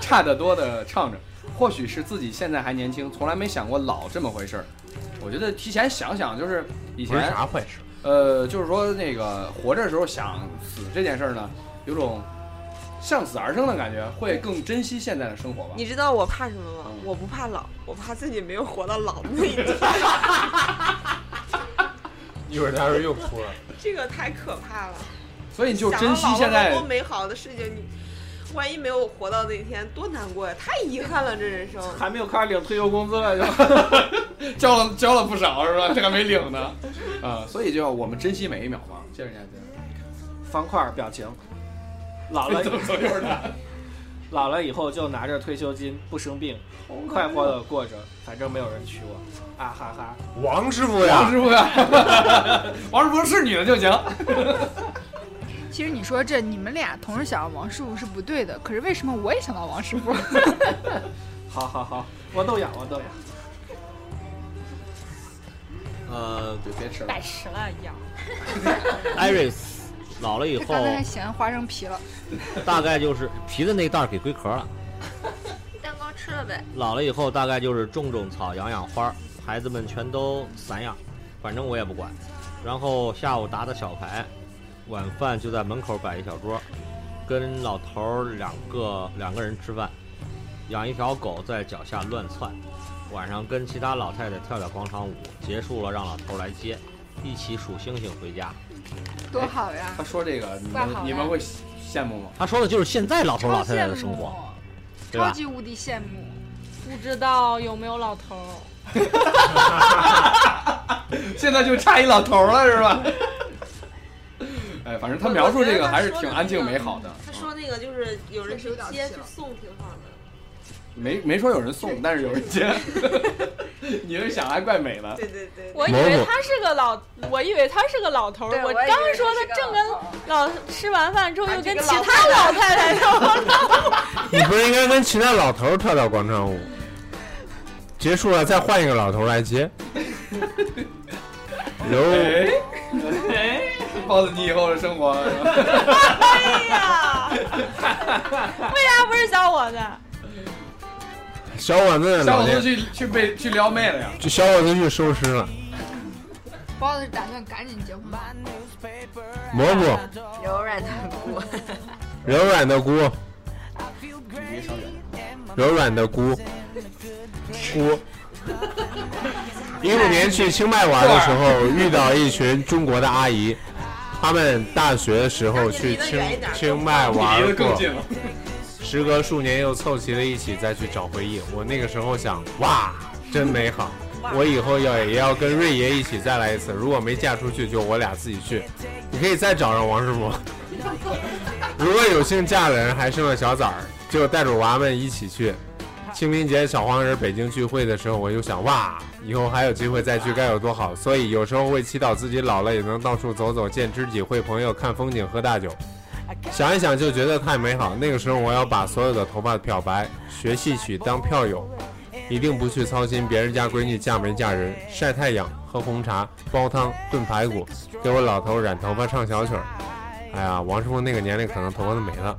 差得多的唱着。或许是自己现在还年轻，从来没想过老这么回事儿。我觉得提前想想，就是以不是前啥坏事。呃，就是说那个活着的时候想死这件事儿呢，有种向死而生的感觉，会更珍惜现在的生活吧。你知道我怕什么吗嗯？我不怕老，我怕自己没有活到老的那一 [LAUGHS] 天。一会儿他说又哭了，这个太可怕了。所以你就想珍惜现在多美好的事情，你万一没有活到那一天，多难过呀！太遗憾了，这人生。还没有开始领退休工资了就。 [LAUGHS] 交了交了不少是吧？这还没领呢，啊、所以就要我们珍惜每一秒嘛。接着念，接方块儿表情，老了着念，左右的。 [LAUGHS] 老了以后就拿着退休金不生病，快活的过着，反正没有人娶我，啊哈哈。王师傅王呀，师傅呀， [LAUGHS] 王师傅是女的就行。 [LAUGHS] 其实你说这你们俩同时想到王师傅是不对的，可是为什么我也想到王师傅？好好好，我都养，我都养。呃，对，别吃了百。十了一样，艾瑞斯老了以这后刚，才还嫌花生皮了，大概就是皮的那袋儿给龟壳了。蛋糕吃了呗。老了以后，大概就是种种草，养养花儿，孩子们全都散养，反正我也不管。然后下午打打小牌，晚饭就在门口摆一小桌，跟老头儿两个两个人吃饭，养一条狗在脚下乱窜，晚上跟其他老太太跳跳广场舞，结束了让老头儿来接，一起数星星回家。多好呀！他说这个，你挂好们了你们会羡慕吗？他说的就是现在老头儿超老太太羡的生活，慕，对超吧？级无敌羡慕。不知道有没有老头儿。现在就差一老头儿了是吧？ [LAUGHS] 哎，反正他描述这个还是挺安静美好的。他说那个就是有人去接去送，挺好的。没没说有人送，但是有人接。 [LAUGHS] 你是想还怪美了？对对对，我以为他是个老，我以为他是个老头儿。我刚说他正跟老吃完饭之后又跟其他老太太聊， [LAUGHS] 你不是应该跟其他老头儿跳跳广场舞？结束了再换一个老头儿来接。有哎， [LAUGHS] 包子，你以后的生活，为啥不是小伙子？小伙子的小老伙年，子去去被去撩妹了呀？小伙子去收尸了。包子打算赶紧结婚吧？蘑菇， [LAUGHS] 嗯柔软的骨，柔软的菇，离稍远。柔软的菇，菇。一五年去清迈玩的时候，遇到一群中国的阿姨，她们大学的时 [LAUGHS] 候去清清迈玩离得更过，近了，时隔数年又凑齐了一起再去找回忆。我那个时候想，哇，真美好！我以后要也要跟瑞爷一起再来一次。如果没嫁出去，就我俩自己去。你可以再找上王师傅。 [LAUGHS] 如果有幸嫁了人，还生了小崽儿，就带着娃们一起去。清明节小黄人北京聚会的时候，我就想，哇，以后还有机会再去该有多好。所以有时候会祈祷自己老了也能到处走走，见知己、会朋友、看风景、喝大酒。想一想就觉得太美好。那个时候我要把所有的头发漂白，学戏曲当票友，一定不去操心别人家闺女嫁没嫁人，晒太阳、喝红茶、煲汤、炖排骨，给我老头染头发唱小曲儿。哎呀，王师傅那个年龄可能头发都没了。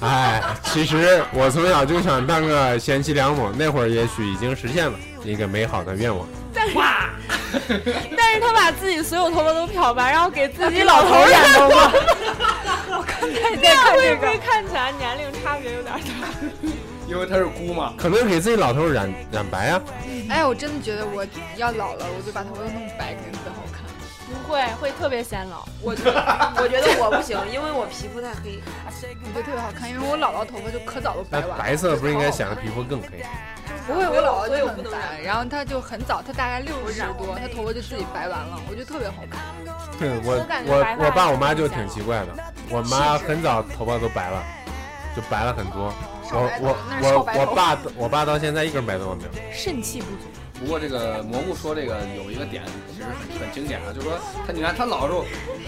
哎，其实我从小就想当个贤妻良母，那会儿也许已经实现了一个美好的愿望。 [LAUGHS] 但是他把自己所有头发都漂白，然后给自己老头染头发。 [LAUGHS] 我刚才在看这个，会不会看起来年龄差别有点大？因为他是姑嘛。可能给自己老头染染白啊，哎，我真的觉得我要老了，我就把头发弄白，可能更好看。不会，会特别显老。我觉得 [LAUGHS] 我觉得我不行，因为我皮肤太黑。你觉得特别好看，因为我姥姥头发就可早都那白完了。白色不是应该显得皮肤更黑？不会，我姥姥所以就我不很能白，染然后她就很早，她大概六十多，她头发就自己白完了，我觉得特别好看。对嗯我我感觉白发我我爸是我妈很就显挺老奇怪的，我妈很早头发都白了，就白了很多。少白头我那是少我白我头我爸我爸到现在一根白头发没有。 [LAUGHS] 肾气不足，不过这个蘑菇说这个有一个点其实很经典啊，就是说他你看他老说，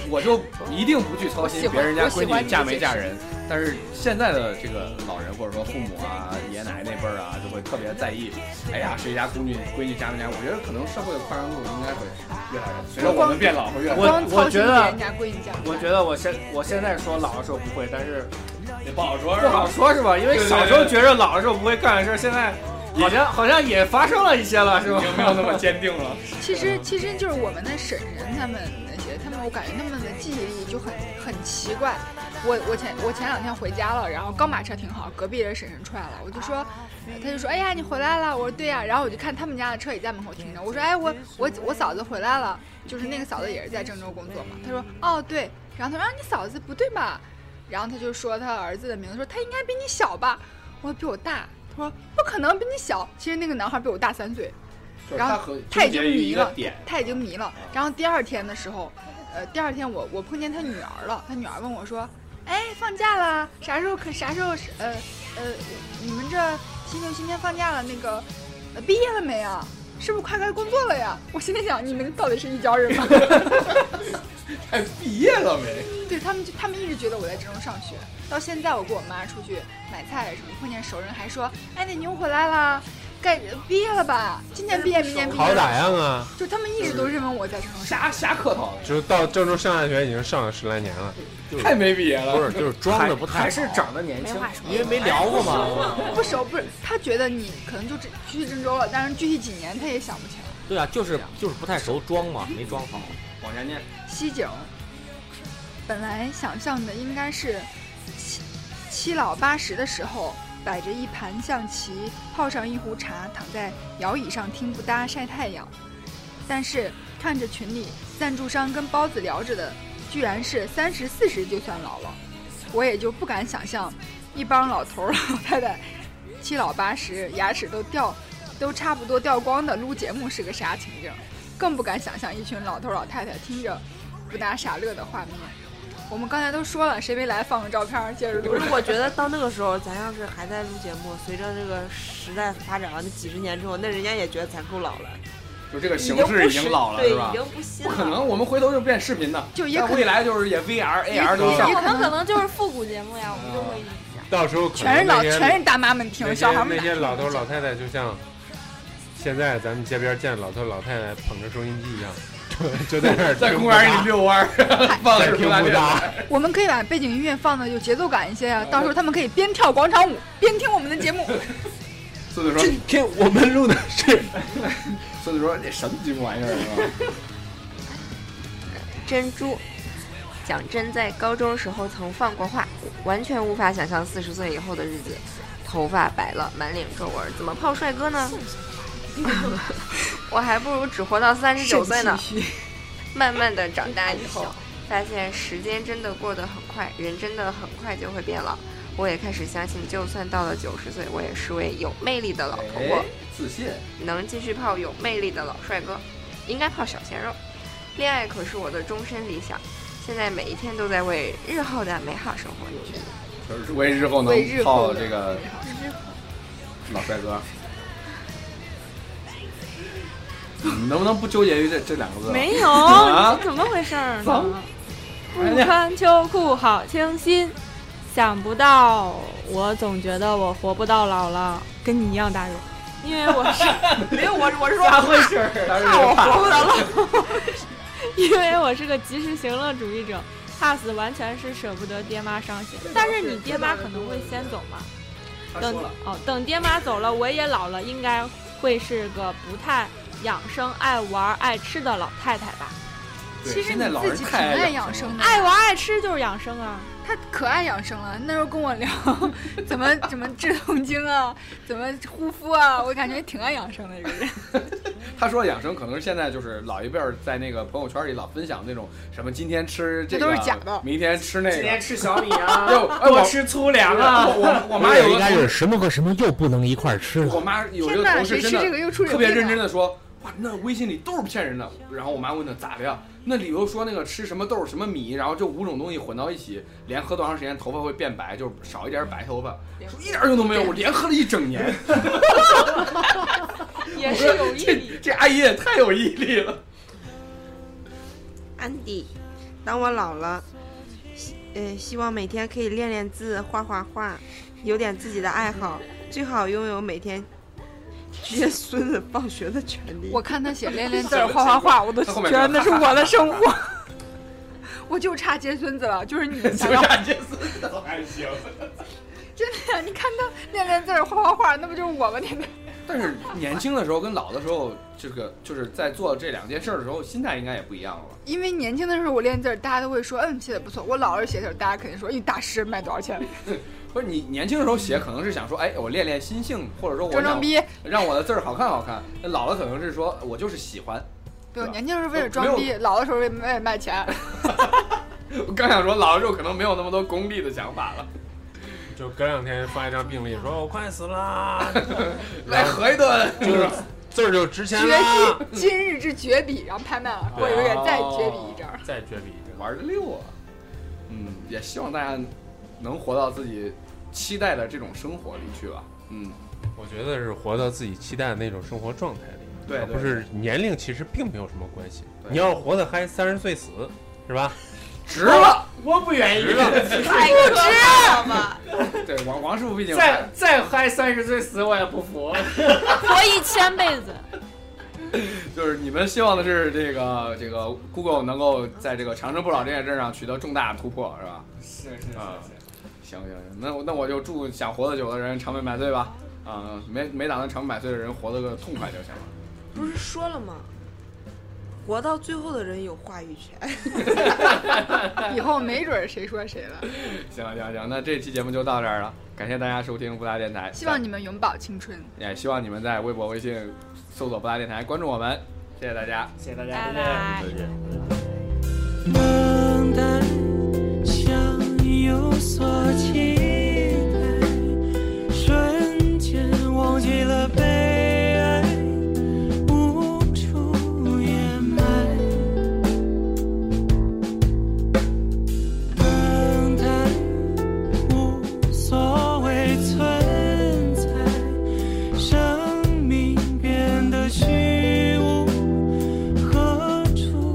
我就一定不去操心别人家闺女嫁没嫁人，但是现在的这个老人或者说父母啊爷爷奶奶那辈儿啊就会特别在意，哎呀谁家闺女闺女嫁没嫁？我觉得可能社会的宽容度应该会越来越，随着我们变老会越来越我光操觉心得别人家闺女家，我觉得我现我现在说老的时候不会，但是也不好说不好说是吧？因为对对小时候对觉着老的时候不会干的事儿，现在好像好像也发生了一些了，是吧已？经没有那么坚定 [LAUGHS] 了。其实其实就是我们的婶婶他们那些，他们我感觉他们的记忆力就很很奇怪。我我前我前两天回家了，然后刚把车停好，隔壁的婶婶出来了，我就说，她就说，哎呀你回来了，我说对呀、然后我就看他们家的车也在门口停着，我说，哎我我我嫂子回来了，就是那个嫂子也是在郑州工作嘛，她说，哦对，然后她说，啊你嫂子不对吧？然后她就说她儿子的名字，说他应该比你小吧？我说比我大，她说不可能比你小，其实那个男孩比我大三岁。就是然他后和他已经纠结于一迷个了点，啊他已经迷了。然后第二天的时候，呃，第二天我我碰见他女儿了，他女儿问我说：“哎，放假啦？啥时候可啥时候是呃呃，你们这新六新天放假了，那个、呃、毕业了没啊？是不是快该工作了呀？”我心里想，你们到底是一家人吗？ [LAUGHS] 哎毕业了没？对他们就他们一直觉得我在郑州上学，到现在我跟我妈出去买菜的时候，碰见熟人还说：“哎，那你又回来啦？该呃毕业了吧？今年毕业，明年毕业。”好歹样啊，就他们一直都认为我在郑州上学。瞎瞎客套，就是到郑州上大学已经上了十来年了，太没毕业了。不是，就是装的不还太是好长得年没轻。话说。因为没聊过嘛。不熟，不是他觉得你可能就只去郑州了，但是具体几年他也想不起来。对啊，就是就是不太熟，装嘛，没装好。往前念，西景，本来想象的应该是七七老八十的时候，摆着一盘象棋，泡上一壶茶，躺在摇椅上听不搭晒太阳。但是看着群里赞助商跟包子聊着的，居然是三十四十就算老了，我也就不敢想象一帮老头儿老太太，七老八十牙齿都掉，都差不多掉光的录节目是个啥情景。更不敢想象一群老头老太太听着不大傻乐的画面。我们刚才都说了，谁没来放个照片儿，接着录不。是，我觉得到那个时候，咱要是还在录节目，随着这个时代发展完了几十年之后，那人家也觉得咱够老了，就这个已形经式不已经老了，对，是已吧？经不新不了。可能，我们回头就变视频的，就也但可未能来就是也 VR、也 AR 都上也。我们可能就是复古节目呀，我们就会到时候啊可能全是老那些全是大妈们听那，些小孩们那哪些听老头老太太就像现在咱们街边见老头老太太捧着收音机一样， [LAUGHS] 就在那儿在公园里遛弯儿，[LAUGHS] 放在着听平板不电脑搭。 [LAUGHS] 我们可以把背景音乐放的有节奏感一些啊，到时候他们可以边跳广场舞边听我们的节 [LAUGHS] 目。孙子说 [LAUGHS] 今天我们录的是：“孙子说这什么鸡巴玩意儿是吧？珍珠。蒋真在高中时候曾放过话，完全无法想象四十岁以后的日子，头发白了，满脸皱纹，怎么泡帅哥呢？我还不如只活到三十九岁呢。慢慢的长大以后，发现时间真的过得很快，人真的很快就会变老。我也开始相信，就算到了九十岁，我也是位有魅力的老啊婆婆哎，，自信，嗯能继续泡有魅力的老帅哥，应该泡小鲜肉。恋爱可是我的终身理想，现在每一天都在为日后的美好生活努 [LAUGHS] 力。就是为日后能为日后泡的这个老帅哥。你能不能不纠结于这这两个字？没有，啊你怎么回事儿怎呢么？不穿秋裤好清新，想不到我总觉得我活不到老了，跟你一样大勇，因为我 [LAUGHS] 是没有，我我是说，咋回事儿？怕我活不到老。 [LAUGHS] 因为我是个及时行乐主义者，怕死完全是舍不得爹妈伤心。但是你爹妈可能会先走嘛，他等说了，哦等爹妈走了，我也老了，应该会是个不太养生、爱玩、爱吃的老太太吧。对其实现在你老自人己挺太爱养养生了的，爱玩爱吃就是养生啊，他可爱养生了。那时候跟我聊 [LAUGHS] 怎么怎么治痛经啊， [LAUGHS] 怎么护肤啊，我感觉挺爱养生的一 [LAUGHS] 个人。他说的养生可能是现在就是老一辈儿在那个朋友圈里老分享那种什么今天吃这个，这都是假的明天吃那今天个。吃小米啊 [LAUGHS] 哟哎，我多吃粗粮啊。我我我妈有应个该是什么和什么又不能一块儿吃我了。妈有一天个哪，同谁吃事真这个的又出人特别认真病啊的说，哇，那微信里都是骗人的。然后我妈问她咋的呀？那里头说那个吃什么豆儿什么米，然后这五种东西混到一起，连喝多长时间头发会变白，就是少一点白头发。说一点用都没有，我连喝了一整年。 [LAUGHS] 也是有毅这力。这阿姨也太有毅力了。安迪，当我老了，希呃，希望每天可以练练字、画画画，有点自己的爱好，最好拥有每天接孙子放学的权利。我看他写练练字儿、画画画，我都 [LAUGHS] 他觉后面得那是说我的 [LAUGHS] 生活。我就差接孙子了，就是你们就想要感觉是的还行。 [LAUGHS] 真的呀？你看他练练字儿、画画画，那不就是我吗？天天但是年轻的时候跟老的时候，这个就是在做这两件事儿的时候，心态应该也不一样了吧？ [LAUGHS] 因为年轻的时候我练字儿，大家都会说，嗯，写的不错。我老了写字儿，大家肯定说，咦，大师卖多少钱？不是你年轻的时候写，可能是想说，哎，我练练心性，或者说我装装想逼。让我的字儿好看好看。那老了可能是说我就是喜欢。对，对吧年轻时候为了没装有逼，老的时候为为了卖钱。我刚想说老了之后可能没有那么多功利的想法了，就隔两天发一张病历，说我快死啦， [LAUGHS] 来合一顿。就是字儿就值钱绝啦，笔，今日之绝笔，然后拍卖了，过一个月啊再绝笔一张。再绝笔一个。玩的溜啊，嗯，也希望大家能活到自己期待的这种生活里去吧。嗯，我觉得是活到自己期待的那种生活状态里，对，而不是年龄其实并没有什么关系。对你要活得嗨，三十岁死是吧？值了。我不愿意值。了。太不值了吧！对，王王师傅毕竟再再嗨三十岁死我也不服。活一千辈子，就是你们希望的是这个这个 Google 能够在这个长生不老这件事上取得重大突破，是吧？是是是啊行行行，那我那我就祝想活得久的人长命百岁吧。啊、没没打算长命百岁的人活得个痛快就行了。不是说了吗？活到最后的人有话语权。哦以后没准儿谁说谁了。 [LAUGHS] 行行行，那这期节目就到这儿了，感谢大家收听布达电台，希望你们永葆青春。也希望你们在微博、微信搜索布达电台关注我们，谢谢大家。谢谢大家，拜再见。拜。等待，想有所期待，瞬间忘记了悲哀，无处掩埋。等待，无所谓存在，生命变得虚无，何处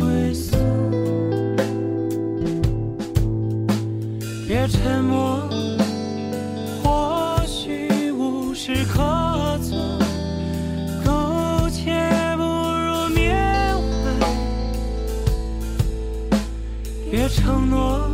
归宿？别沉默，或许无事可做，苟且不如缅怀。别承诺，